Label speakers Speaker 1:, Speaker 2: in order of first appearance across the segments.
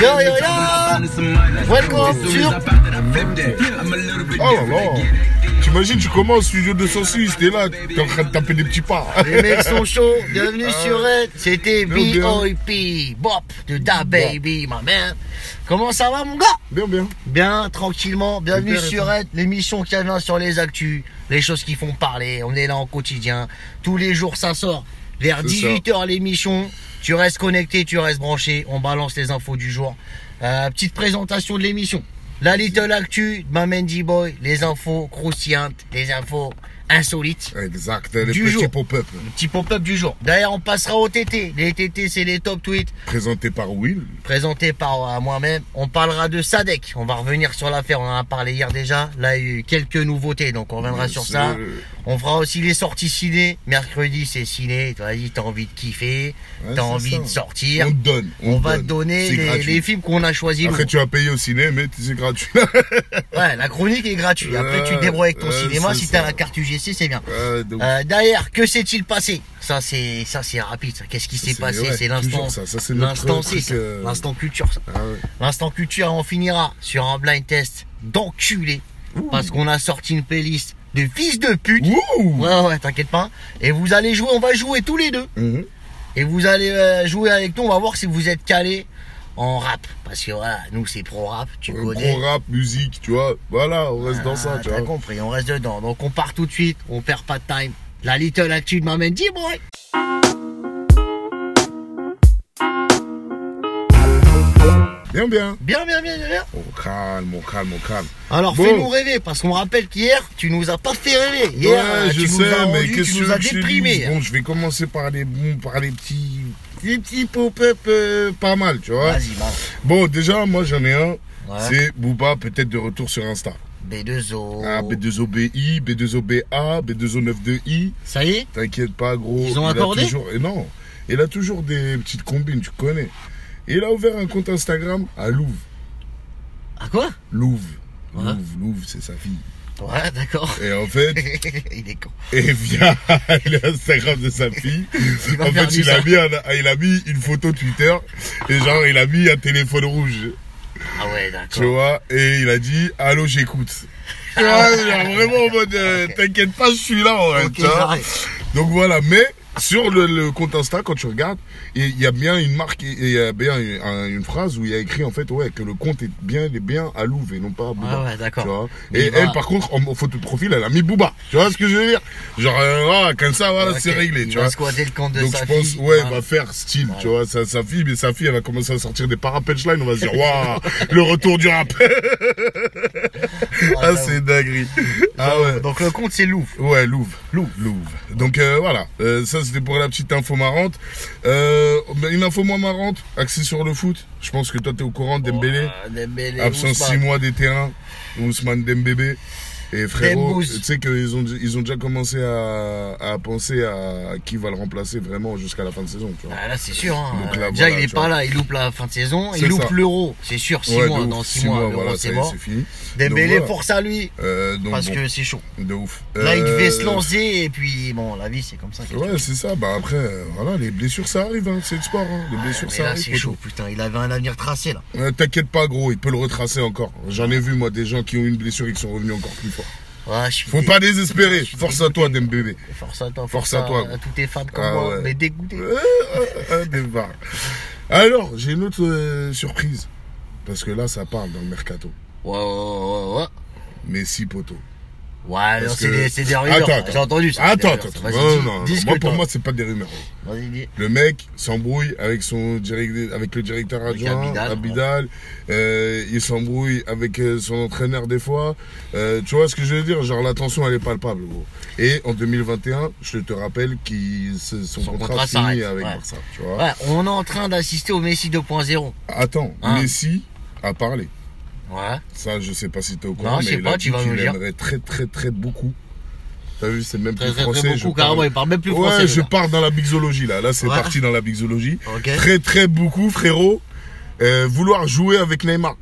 Speaker 1: Yo yo yo Welcome sur...
Speaker 2: Oh là là T'imagines, tu commences Studio 206, t'es là, t'es en train de taper des petits pas.
Speaker 1: Les mecs sont chauds, bienvenue
Speaker 2: Ah.
Speaker 1: sur Red, c'était B.O.I.P. Bop de Da Baby, ma mère Comment ça va mon gars
Speaker 2: Bien, bien.
Speaker 1: Bien, tranquillement, bienvenue
Speaker 2: Super, et
Speaker 1: sur Red, l'émission qui vient sur les actus, les choses qui font parler, on est là en quotidien, tous les jours ça sort, vers
Speaker 2: C'est
Speaker 1: 18h l'émission, tu restes connecté, tu restes branché, on balance les infos du jour. Euh, petite présentation de l'émission. La Little Actu, ma Mandy Boy, les infos croustillantes, les infos insolites.
Speaker 2: Exact, les
Speaker 1: Du
Speaker 2: petits
Speaker 1: jour.
Speaker 2: pop-up.
Speaker 1: Petit pop-up du jour. D'ailleurs, on passera au TT. Les TT, c'est les top tweets
Speaker 2: Présenté par Will.
Speaker 1: présentés par euh, moi-même. On parlera de Sadec. On va revenir sur l'affaire. On en a parlé hier déjà. Là, il y a eu quelques nouveautés, donc on reviendra
Speaker 2: Bien
Speaker 1: sur
Speaker 2: sûr.
Speaker 1: ça. On fera aussi les sorties ciné. Mercredi, c'est ciné. Vas-y, t'as envie de kiffer.
Speaker 2: Ouais,
Speaker 1: t'as
Speaker 2: c'est
Speaker 1: envie
Speaker 2: ça.
Speaker 1: de sortir.
Speaker 2: On te donne.
Speaker 1: On, va te
Speaker 2: donne.
Speaker 1: donner
Speaker 2: C'est
Speaker 1: les,
Speaker 2: gratuit.
Speaker 1: les films qu'on a choisis.
Speaker 2: Après,
Speaker 1: nous.
Speaker 2: tu as payé au ciné, mais c'est gratuit.
Speaker 1: Ouais, la chronique est gratuite. Après, tu te débrouilles avec ton
Speaker 2: Ouais,
Speaker 1: cinéma.
Speaker 2: c'est
Speaker 1: Si t'as
Speaker 2: ça.
Speaker 1: la carte UGC, c'est bien.
Speaker 2: Ouais, de ouf.
Speaker 1: Euh, derrière, que s'est-il passé Ça c'est ça c'est rapide. ça. Qu'est-ce qui s'est
Speaker 2: c'est-
Speaker 1: passé
Speaker 2: ouais,
Speaker 1: C'est l'instant
Speaker 2: toujours ça. Ça, c'est notre
Speaker 1: l'instant
Speaker 2: truc,
Speaker 1: c'est ça.
Speaker 2: euh,
Speaker 1: l'instant culture. ça.
Speaker 2: Ah ouais.
Speaker 1: L'instant culture on finira sur un blind test d'enculé parce qu'on a sorti une playlist de fils de pute.
Speaker 2: Wouh
Speaker 1: Ouais ouais, t'inquiète pas. Et vous allez jouer, on va jouer tous les deux.
Speaker 2: Mhm.
Speaker 1: Et vous allez euh, jouer avec nous, on va voir si vous êtes calés en rap parce que voilà, nous c'est pro rap, tu
Speaker 2: Euh,
Speaker 1: connais.
Speaker 2: Gros rap, musique, tu vois. Voilà, on reste dans ça,
Speaker 1: Ah,
Speaker 2: tu
Speaker 1: t'as
Speaker 2: vois.
Speaker 1: compris, on reste dedans. Donc on part tout de suite, on perd pas de time. La little actu de ma Mendy boy.
Speaker 2: Bien, bien.
Speaker 1: Bien, bien, bien, bien, bien.
Speaker 2: On calme, on calme, on calme.
Speaker 1: Alors
Speaker 2: Bon.
Speaker 1: fais-nous rêver, parce qu'on rappelle qu'hier, tu nous as pas fait rêver. Hier, euh,
Speaker 2: ouais, je
Speaker 1: tu nous
Speaker 2: sais,
Speaker 1: as
Speaker 2: mais
Speaker 1: rendu,
Speaker 2: qu'est-ce
Speaker 1: tu
Speaker 2: que
Speaker 1: nous as hein.
Speaker 2: je te dise
Speaker 1: déprimés.
Speaker 2: Bon, je vais commencer par les bons, par les petits, les petits pop-up euh, pas mal, tu vois.
Speaker 1: Vas-y, bah.
Speaker 2: Bon, déjà, moi j'en ai un.
Speaker 1: Ouais.
Speaker 2: C'est Booba, peut-être de retour sur Insta.
Speaker 1: B2O.
Speaker 2: Ah, B2OBI, B2OBA, B2O92I.
Speaker 1: Ça y est
Speaker 2: T'inquiète pas, gros.
Speaker 1: Ils ont
Speaker 2: il a
Speaker 1: accordé
Speaker 2: toujours... Et non, il a toujours des petites combines, tu connais. Et il a ouvert un compte Instagram à Louvre.
Speaker 1: À quoi
Speaker 2: Louvre.
Speaker 1: Ouais.
Speaker 2: Louvre, Louvre, c'est sa fille.
Speaker 1: Ouais, d'accord.
Speaker 2: Et en fait, eh
Speaker 1: Il est con.
Speaker 2: et via l'Instagram de sa fille,
Speaker 1: va
Speaker 2: en
Speaker 1: faire
Speaker 2: fait,
Speaker 1: du
Speaker 2: il a,
Speaker 1: ça.
Speaker 2: mis un- il a mis une photo Twitter et genre, il a mis un téléphone rouge,
Speaker 1: Ah ouais,
Speaker 2: tu
Speaker 1: d'accord.
Speaker 2: vois, et il a dit Allô, j'écoute. Tu vois, genre, vraiment en mode euh,
Speaker 1: Ok.
Speaker 2: T'inquiète pas, je suis là, en fait,
Speaker 1: Ok,
Speaker 2: tu vois.
Speaker 1: j'arrête.
Speaker 2: Donc voilà, mais sur le, le compte Insta, quand tu regardes, il y a bien une marque, et il y a bien une, un- une phrase où il y a écrit en fait, ouais, que le compte est bien, il est bien à Louvre et non pas à Booba.
Speaker 1: Ah Ouais, ouais, d'accord.
Speaker 2: tu vois.
Speaker 1: Mais
Speaker 2: Et
Speaker 1: il va-
Speaker 2: elle, par contre, en, en photo de profil, elle a mis Booba. Tu vois ce que je veux dire Genre, euh, ah, comme ça, voilà,
Speaker 1: Ok,
Speaker 2: c'est réglé,
Speaker 1: il
Speaker 2: tu
Speaker 1: va
Speaker 2: vois.
Speaker 1: squatter le compte de
Speaker 2: Donc
Speaker 1: sa
Speaker 2: je pense,
Speaker 1: fille.
Speaker 2: ouais, bah,
Speaker 1: Ah.
Speaker 2: va faire style, tu vois, sa, sa fille, mais sa fille, elle va commencer à sortir des parapunchline, on va se dire, waouh, le retour du rap.
Speaker 1: Ouais,
Speaker 2: ah,
Speaker 1: j'avoue.
Speaker 2: c'est dinguerie. Ah ouais.
Speaker 1: bah, Donc le compte, c'est Louvre.
Speaker 2: Ouais, Louvre, Louvre, Louvre. Donc euh, voilà, Euh, ça c'était pour la petite info marrante. Euh, ben, une info moins marrante, axée sur le foot. Je pense que toi t'es au courant, Dembélé,
Speaker 1: Ouais, Dembélé,
Speaker 2: absent
Speaker 1: Ousmane.
Speaker 2: 6 mois des terrains, Ousmane Dembélé. Et frérot,
Speaker 1: Dembouz.
Speaker 2: tu sais qu'ils ont, ils ont déjà commencé à, à penser à qui va le remplacer vraiment jusqu'à la fin de saison. Tu vois.
Speaker 1: Ah, là, c'est sûr. hein.
Speaker 2: Donc là,
Speaker 1: Déjà,
Speaker 2: voilà,
Speaker 1: il est
Speaker 2: tu
Speaker 1: pas
Speaker 2: vois.
Speaker 1: là. Il loupe la fin de saison. Il
Speaker 2: C'est
Speaker 1: loupe
Speaker 2: ça.
Speaker 1: l'euro. C'est sûr, 6
Speaker 2: Ouais, de
Speaker 1: mois.
Speaker 2: ouf,
Speaker 1: Dans 6
Speaker 2: six
Speaker 1: mois,
Speaker 2: voilà,
Speaker 1: l'euro,
Speaker 2: ça
Speaker 1: c'est
Speaker 2: y est,
Speaker 1: mort.
Speaker 2: c'est fini.
Speaker 1: Dembélé,
Speaker 2: Donc, voilà.
Speaker 1: force à lui.
Speaker 2: Euh, donc,
Speaker 1: Parce
Speaker 2: bon,
Speaker 1: que c'est chaud.
Speaker 2: de ouf.
Speaker 1: Là, il devait se
Speaker 2: Euh,
Speaker 1: lancer et puis bon, la vie c'est comme ça. qu'est-ce que tu
Speaker 2: Ouais, c'est ça. Bah après, euh, voilà, les blessures ça arrive, hein. c'est le sport. Hein. Les
Speaker 1: veux.
Speaker 2: blessures
Speaker 1: Mais
Speaker 2: ça
Speaker 1: là,
Speaker 2: arrive.
Speaker 1: c'est
Speaker 2: poto.
Speaker 1: chaud, putain. Il avait un avenir tracé là.
Speaker 2: Euh, T'inquiète pas, gros, il peut le retracer encore. J'en ai vu, moi, des gens qui ont eu une blessure et qui sont revenus encore plus forts.
Speaker 1: Ouais, je suis
Speaker 2: Faut
Speaker 1: dé-
Speaker 2: pas désespérer. Force à toi, Dembélé.
Speaker 1: Force à toi, force,
Speaker 2: Force à toi,
Speaker 1: À tous tes fans comme
Speaker 2: Ah,
Speaker 1: moi,
Speaker 2: ouais.
Speaker 1: mais dégoûté.
Speaker 2: Euh, euh, euh, des barres. Alors, j'ai une autre euh, surprise. Parce que là, ça parle dans le mercato.
Speaker 1: Ouais, ouais, ouais, ouais.
Speaker 2: Messi, poto.
Speaker 1: Ouais, non,
Speaker 2: Parce
Speaker 1: c'est
Speaker 2: que-
Speaker 1: des, c'est des rumeurs.
Speaker 2: Attends,
Speaker 1: là.
Speaker 2: attends.
Speaker 1: J'ai entendu ça. c'est des
Speaker 2: Attends,
Speaker 1: rumeurs,
Speaker 2: attends.
Speaker 1: ça.
Speaker 2: attends.
Speaker 1: Vas-y,
Speaker 2: Non,
Speaker 1: dis-
Speaker 2: non, non.
Speaker 1: dis ce
Speaker 2: Moi,
Speaker 1: que
Speaker 2: pour
Speaker 1: t'en-
Speaker 2: moi, c'est pas des rumeurs.
Speaker 1: Vas-y, dis.
Speaker 2: Le mec s'embrouille avec son direct- avec le directeur
Speaker 1: Avec
Speaker 2: adjoint,
Speaker 1: Abidal,
Speaker 2: Abidal. Euh, il s'embrouille avec euh, son entraîneur des fois. Euh, tu vois ce que je veux dire Genre la tension elle est palpable. Gros. Et en 2021, je te rappelle qu'il se- son,
Speaker 1: Son
Speaker 2: contrat,
Speaker 1: contrat
Speaker 2: finit
Speaker 1: s'arrête,
Speaker 2: avec
Speaker 1: ouais.
Speaker 2: Barça. Tu vois
Speaker 1: Ouais, on est en train d'assister au Messi 2.0.
Speaker 2: Attends,
Speaker 1: Hein.
Speaker 2: Messi a parlé.
Speaker 1: Ouais.
Speaker 2: Ça, je sais pas si t'es au courant,
Speaker 1: je sais
Speaker 2: mais il
Speaker 1: pas,
Speaker 2: a
Speaker 1: tu
Speaker 2: dit
Speaker 1: vas nous
Speaker 2: qu'il
Speaker 1: le dire.
Speaker 2: aimerait très très très beaucoup. T'as vu, c'est même
Speaker 1: Très,
Speaker 2: plus
Speaker 1: très,
Speaker 2: français.
Speaker 1: très
Speaker 2: je
Speaker 1: beaucoup,
Speaker 2: parle-
Speaker 1: carrément. Il parle même plus
Speaker 2: Ouais,
Speaker 1: français. le
Speaker 2: je
Speaker 1: gars.
Speaker 2: pars dans la bixologie là. Là, c'est
Speaker 1: Ouais.
Speaker 2: parti dans la bixologie.
Speaker 1: Ok.
Speaker 2: Très très beaucoup, frérot. Euh, vouloir jouer avec Neymar.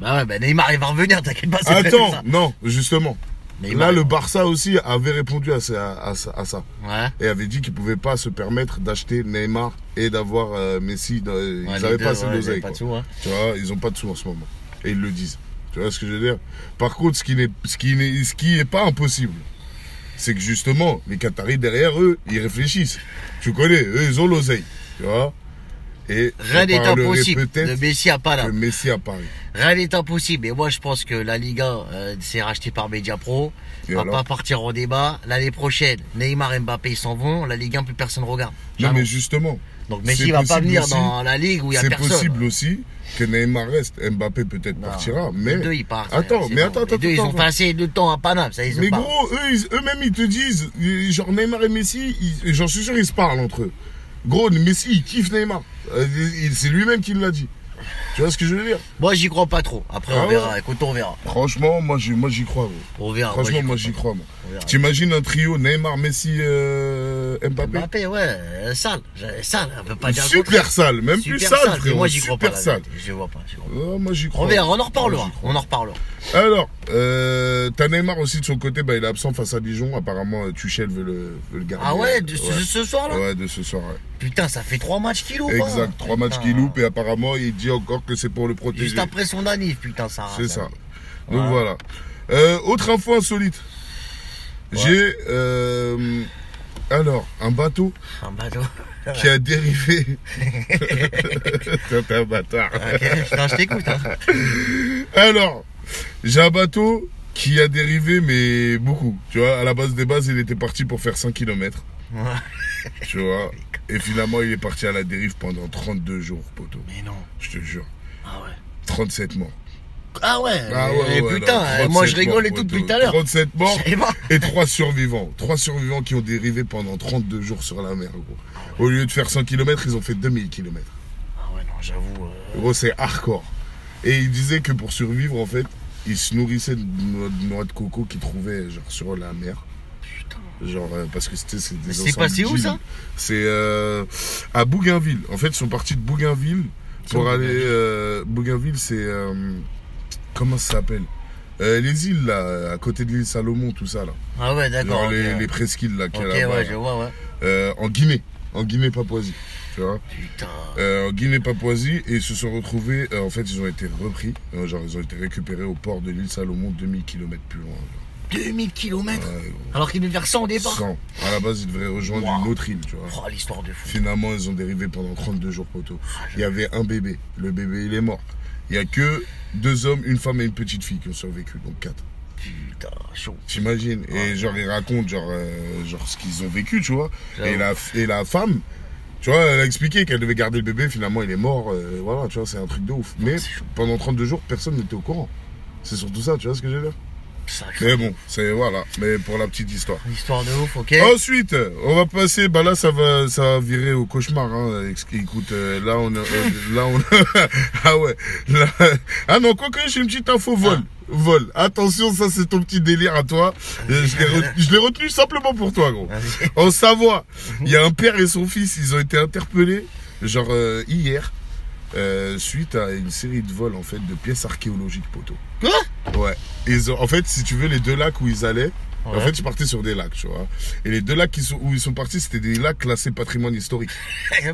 Speaker 1: Bah ouais, bah Neymar, il va revenir, t'inquiète pas. c'est pas comme
Speaker 2: Attends,
Speaker 1: ça. bah,
Speaker 2: non, justement. Là, le Barça aussi avait répondu à ça, à ça- à ça.
Speaker 1: Ouais.
Speaker 2: et avait dit qu'ils pouvaient pas se permettre d'acheter Neymar et d'avoir euh, Messi. dans- ils
Speaker 1: Ouais, les deux,
Speaker 2: n'avaient pas assez
Speaker 1: ouais, ils avaient
Speaker 2: d'oseille.
Speaker 1: pas
Speaker 2: quoi.
Speaker 1: de sous, hein.
Speaker 2: Tu vois, ils ont pas de sous en ce moment. Et ils le disent. Tu vois ce que je veux dire Par contre, ce qui n'est ce qui n'est ce qui est pas impossible, c'est que justement, les Qataris derrière eux, ils réfléchissent. Tu connais, eux, ils ont l'oseille. Tu vois Et
Speaker 1: Rien
Speaker 2: on
Speaker 1: n'est
Speaker 2: parlerait
Speaker 1: impossible. Le
Speaker 2: Peut-être
Speaker 1: Messi a pas là.
Speaker 2: que Messi à Paris.
Speaker 1: Rien n'est impossible. Et moi, je pense que la Liga euh, s'est rachetée par Mediapro.
Speaker 2: Et
Speaker 1: On va
Speaker 2: alors
Speaker 1: pas partir en débat. L'année prochaine, Neymar et Mbappé ils s'en vont. La Ligue 1, plus personne regarde.
Speaker 2: Non,
Speaker 1: Jamais.
Speaker 2: mais justement.
Speaker 1: Donc
Speaker 2: c'est
Speaker 1: Messi va pas
Speaker 2: possible
Speaker 1: venir
Speaker 2: aussi-
Speaker 1: dans la Ligue où il y a
Speaker 2: C'est
Speaker 1: personne.
Speaker 2: possible aussi que Neymar reste. Mbappé peut-être partira, mais.
Speaker 1: Les deux, ils partent.
Speaker 2: Attends,
Speaker 1: C'est
Speaker 2: mais
Speaker 1: bon.
Speaker 2: attends,
Speaker 1: Les
Speaker 2: attends,
Speaker 1: deux, ils
Speaker 2: attends,
Speaker 1: ont passé le temps à Paname. Ça, ils se
Speaker 2: Mais
Speaker 1: parlent.
Speaker 2: gros, eux, ils- eux-mêmes, ils te disent, ils- genre Neymar et Messi, ils- j'en suis sûr, ils se parlent entre eux. Gros, Messi, il kiffe Neymar. Euh, il- C'est lui-même qui l'a dit. Tu vois ce que je veux dire
Speaker 1: Moi, j'y crois pas trop. Après,
Speaker 2: Ah
Speaker 1: on
Speaker 2: ouais
Speaker 1: verra. Écoute, on verra.
Speaker 2: Franchement, moi, j'y- moi, j'y crois. gros.
Speaker 1: On verra.
Speaker 2: Franchement, moi, j'y
Speaker 1: pas.
Speaker 2: crois. moi.
Speaker 1: On verra.
Speaker 2: T'imagines un trio Neymar, Messi, euh, Mbappé
Speaker 1: Mbappé, ouais, euh, sale. Je- Sale, on peut pas dire le
Speaker 2: Super
Speaker 1: contraire.
Speaker 2: sale, même
Speaker 1: Super
Speaker 2: plus sale,
Speaker 1: sale, mais
Speaker 2: frérot.
Speaker 1: Moi, j'y crois pas.
Speaker 2: super
Speaker 1: la
Speaker 2: sale.
Speaker 1: vérité. Je vois pas. je vois pas.
Speaker 2: Euh, moi, j'y crois.
Speaker 1: On verra, on en
Speaker 2: Moi,
Speaker 1: reparlera.
Speaker 2: j'y crois.
Speaker 1: On en reparlera.
Speaker 2: Alors, euh, t'as Neymar aussi de son côté, bah, il est absent face à Dijon. Apparemment, euh, Tuchel veut le, veut le garder.
Speaker 1: Ah ouais, de
Speaker 2: Euh,
Speaker 1: ce, ce soir-là
Speaker 2: Ouais, de ce soir. ouais.
Speaker 1: Putain, ça fait trois matchs qu'il loupe. hein.
Speaker 2: Exact. Trois matchs
Speaker 1: Putain.
Speaker 2: qu'il loupe et apparemment, il dit encore que c'est pour le protéger.
Speaker 1: Juste Ah, après son anniv, putain, ça.
Speaker 2: C'est ça.
Speaker 1: Voilà.
Speaker 2: Donc voilà. Euh, autre info insolite. J'ai. euh, alors, un bateau
Speaker 1: Un bateau.
Speaker 2: qui a dérivé. Toi, T'es un bâtard.
Speaker 1: Ok, putain, je t'écoute. hein.
Speaker 2: Alors, j'ai un bateau qui a dérivé, mais beaucoup. Tu vois, à la base des bases, il était parti pour faire 5 km.
Speaker 1: Ouais.
Speaker 2: Tu vois. Et finalement, il est parti à la dérive pendant 32 jours, poteau.
Speaker 1: Mais non.
Speaker 2: Je te jure.
Speaker 1: Ah ouais.
Speaker 2: 37 morts.
Speaker 1: Ah ouais.
Speaker 2: Ah ouais,
Speaker 1: et
Speaker 2: ouais, ouais,
Speaker 1: putain,
Speaker 2: non,
Speaker 1: euh, moi je
Speaker 2: 37
Speaker 1: rigolais
Speaker 2: morts,
Speaker 1: tout depuis
Speaker 2: poteau.
Speaker 1: tout à l'heure.
Speaker 2: 37 morts
Speaker 1: Je sais pas.
Speaker 2: et 3 survivants. 3 survivants qui ont dérivé pendant 32 jours sur la mer, gros. Au lieu de faire 100 km, ils ont fait 2000 km.
Speaker 1: Ah ouais, non, j'avoue. euh,
Speaker 2: Gros, c'est hardcore. Et il disait que pour survivre, en fait, il se nourrissait de noix de, noix de coco qu'il trouvait genre, sur la mer.
Speaker 1: Putain.
Speaker 2: Genre, euh, parce que c'était c'est des
Speaker 1: Mais c'est
Speaker 2: ensembles
Speaker 1: passé où,
Speaker 2: d'îles.
Speaker 1: ça
Speaker 2: C'est euh, à Bougainville. En fait, ils sont partis de Bougainville
Speaker 1: C'est
Speaker 2: pour
Speaker 1: où,
Speaker 2: aller.
Speaker 1: Bougainville
Speaker 2: euh, Bougainville, c'est. euh, comment ça s'appelle Euh, Les îles, là, à côté de l'île Salomon, tout ça, là.
Speaker 1: Ah ouais,
Speaker 2: Genre
Speaker 1: d'accord. ok,
Speaker 2: les,
Speaker 1: ouais.
Speaker 2: les presqu'îles, là, qu'il y a
Speaker 1: Ok,
Speaker 2: là-bas,
Speaker 1: ouais,
Speaker 2: là.
Speaker 1: je vois, ouais.
Speaker 2: Euh, en Guinée. En Guinée-Papouasie. Tu vois
Speaker 1: Putain.
Speaker 2: euh, en Guinée-Papouasie et ils se sont retrouvés. euh, en fait, ils ont été repris. euh, genre, ils ont été récupérés au port de l'île Salomon, 2000 km plus loin.
Speaker 1: 2000 km
Speaker 2: genre. Ouais, gros.
Speaker 1: Alors qu'il devait faire 100 au départ.
Speaker 2: 100. À la base, ils devraient rejoindre
Speaker 1: Wow.
Speaker 2: une autre île, tu vois.
Speaker 1: Oh, l'histoire de fou. Ah,
Speaker 2: Finalement, ils ont dérivé pendant 32 jours, poteau. Il y avait un bébé. Le bébé, il est mort. Il y a que deux hommes, une femme et une petite fille qui ont survécu, donc quatre.
Speaker 1: Putain, chaud.
Speaker 2: T'imagines Et genre, ils racontent genre, euh, genre ce qu'ils ont vécu, tu vois. Et la, et la femme, tu vois, elle a expliqué qu'elle devait garder le bébé, finalement il est mort, euh, voilà, tu vois, c'est un truc de ouf. Mais
Speaker 1: c'est chaud.
Speaker 2: pendant 32 jours, personne n'était au courant. C'est surtout ça, tu vois ce que je veux dire
Speaker 1: Sacré.
Speaker 2: Mais bon, c'est voilà, mais Oh, pour la petite histoire.
Speaker 1: Histoire de ouf, ok.
Speaker 2: Ensuite, on va passer, bah là ça va, ça va virer au cauchemar. Hein. Ex- Écoute, euh, là on, a- euh, là on, a- ah ouais, là- ah non quoique j'ai une petite info
Speaker 1: Ah.
Speaker 2: vol, vol. Attention, ça c'est ton petit délire à toi. Euh, Je l'ai re- je l'ai retenu simplement pour toi, gros.
Speaker 1: Vas-y.
Speaker 2: En Savoie, il y a un père et son fils, ils ont été interpellés, genre euh, hier, euh, suite à une série de vols en fait de pièces archéologiques, poteau.
Speaker 1: Quoi
Speaker 2: Ouais. Ils ont, en fait, si tu veux, les deux lacs où ils allaient, en
Speaker 1: Ouais.
Speaker 2: fait, ils partaient sur des lacs, tu vois. Et les deux lacs qui sont- où ils sont partis, c'était des lacs classés patrimoine historique.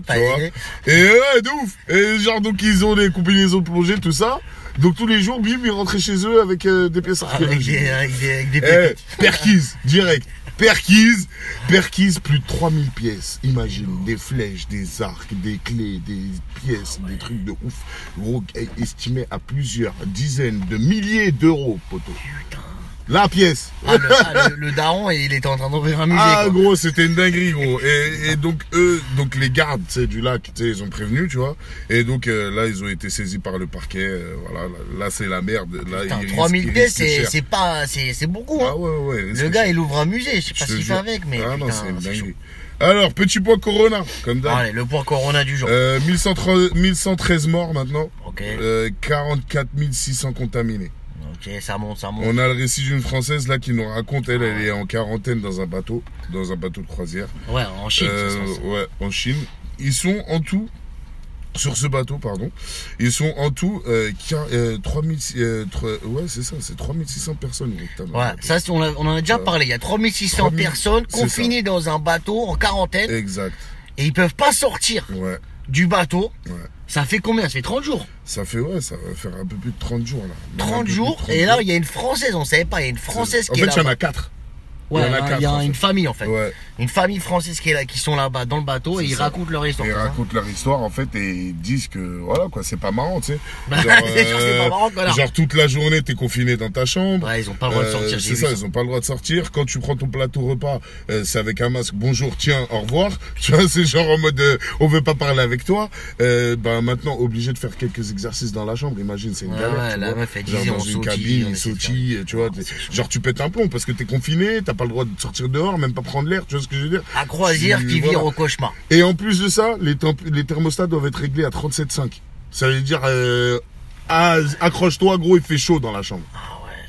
Speaker 1: Pas
Speaker 2: Tu vois
Speaker 1: aidé.
Speaker 2: Et ouais, de ouf Et genre, donc, ils ont des combinaisons plongées, tout ça. Donc, tous les jours, bim, ils rentraient chez eux avec euh, des pièces
Speaker 1: Avec
Speaker 2: archéologiques.
Speaker 1: des, avec des, hein, avec des
Speaker 2: Eh,
Speaker 1: pépites.
Speaker 2: perquise, direct. Perquise, perquise, plus de 3000 pièces. Imagine, des flèches, des arcs, des clés, des pièces, des trucs de ouf. Gros, eh, estimé à plusieurs dizaines de milliers d'euros, poteau. La pièce.
Speaker 1: Ah, le, ah, le- le daron, il était en train d'ouvrir un musée.
Speaker 2: Ah
Speaker 1: quoi.
Speaker 2: gros, c'était une dinguerie gros. Et, et donc eux, donc les gardes tu sais, du lac, tu sais, ils ont prévenu, tu vois. Et donc euh, là, ils ont été saisis par le parquet. euh, voilà, là, là, c'est la merde. Là,
Speaker 1: Putain,
Speaker 2: ils risquent-
Speaker 1: 3000
Speaker 2: ils
Speaker 1: pièces,
Speaker 2: risquent
Speaker 1: c'est
Speaker 2: cher.
Speaker 1: c'est pas, c'est c'est beaucoup. hein.
Speaker 2: Ah ouais, ouais. ils
Speaker 1: le
Speaker 2: risquent
Speaker 1: gars, il ouvre un musée, je sais pas ce
Speaker 2: Je te
Speaker 1: qu'il fait
Speaker 2: jure.
Speaker 1: avec, mais
Speaker 2: Ah non,
Speaker 1: putain,
Speaker 2: c'est une
Speaker 1: c'est
Speaker 2: dinguerie.
Speaker 1: chaud.
Speaker 2: Alors, petit point Corona, comme d'hab.
Speaker 1: Allez, le point Corona du jour.
Speaker 2: Euh, 1113, 1113 morts maintenant.
Speaker 1: ok,
Speaker 2: Euh, 44 600 contaminés.
Speaker 1: ok, ça monte, ça monte.
Speaker 2: On a le récit d'une Française là qui nous raconte, elle, elle est en quarantaine dans un bateau, dans un bateau de croisière.
Speaker 1: Ouais, en Chine, ça se
Speaker 2: Euh,
Speaker 1: passe.
Speaker 2: ouais, en Chine. Ils sont en tout sur ce bateau, pardon. Ils sont en tout euh, quin- euh, 3000, euh, trois- ouais, c'est ça, c'est 3600 personnes. gros, putain,
Speaker 1: Ouais,
Speaker 2: merde.
Speaker 1: ça, c'est- on, a- on en a déjà
Speaker 2: Ouais.
Speaker 1: parlé. Il y a 3600
Speaker 2: 3000,
Speaker 1: personnes
Speaker 2: Euh, c'est ça.
Speaker 1: confinées dans un bateau en quarantaine
Speaker 2: Exact.
Speaker 1: et ils peuvent pas sortir
Speaker 2: Ouais,
Speaker 1: du bateau.
Speaker 2: ouais.
Speaker 1: Ça fait combien Ça fait 30 jours.
Speaker 2: Ça fait, ouais, ça va faire un peu plus de 30 jours, là. Un peu
Speaker 1: 30
Speaker 2: plus de
Speaker 1: jours.
Speaker 2: 30
Speaker 1: Et là, il y a une Française, on savait pas, il y a une Française
Speaker 2: En
Speaker 1: qui
Speaker 2: fait,
Speaker 1: est
Speaker 2: il y en
Speaker 1: là.
Speaker 2: a 4.
Speaker 1: Ouais,
Speaker 2: il y en a
Speaker 1: il y
Speaker 2: quatre, en
Speaker 1: a
Speaker 2: fait.
Speaker 1: une famille en fait.
Speaker 2: Ouais.
Speaker 1: Une famille française qui est là, qui sont là-bas dans le bateau et
Speaker 2: C'est
Speaker 1: ils
Speaker 2: ça.
Speaker 1: racontent leur histoire. Hein.
Speaker 2: Ils
Speaker 1: c'est ça
Speaker 2: racontent leur histoire, en fait, et ils disent que, voilà, quoi, c'est pas marrant, tu sais. euh,
Speaker 1: Bah, c'est sûr, c'est pas marrant, connard.
Speaker 2: genre, toute la journée, t'es confiné dans ta chambre.
Speaker 1: Ouais, ils ont pas le droit de
Speaker 2: Euh,
Speaker 1: sortir. j'ai
Speaker 2: c'est
Speaker 1: vu
Speaker 2: ça, ils ont pas le droit de sortir. Quand tu prends ton plateau repas, euh, c'est avec un masque. Bonjour, tiens, au revoir. Tu vois, c'est genre en mode, euh, on veut pas parler avec toi. Euh, ben maintenant, obligé de faire quelques exercieurs dans la chambre. Imagine, c'est une
Speaker 1: Ouais,
Speaker 2: galère.
Speaker 1: ouais,
Speaker 2: tu
Speaker 1: la
Speaker 2: vois.
Speaker 1: meuf, elle
Speaker 2: genre
Speaker 1: disait,
Speaker 2: dans
Speaker 1: on
Speaker 2: une
Speaker 1: sautille,
Speaker 2: cabine,
Speaker 1: on
Speaker 2: il
Speaker 1: essaie de
Speaker 2: sautille, tu vois. t'es- genre tu pètes un plomb parce que t'es confiné, t'as pas le droit de sortir dehors, même pas prendre l'air. Tu vois ce que je veux dire
Speaker 1: À croisière
Speaker 2: Tu-
Speaker 1: qui
Speaker 2: voilà.
Speaker 1: vire au cauchemar.
Speaker 2: Et en plus de ça, les, temp- les thermostats doivent être réglés à 37,5. Ça veut dire, euh, ah, accroche-toi, gros, il fait chaud dans la chambre.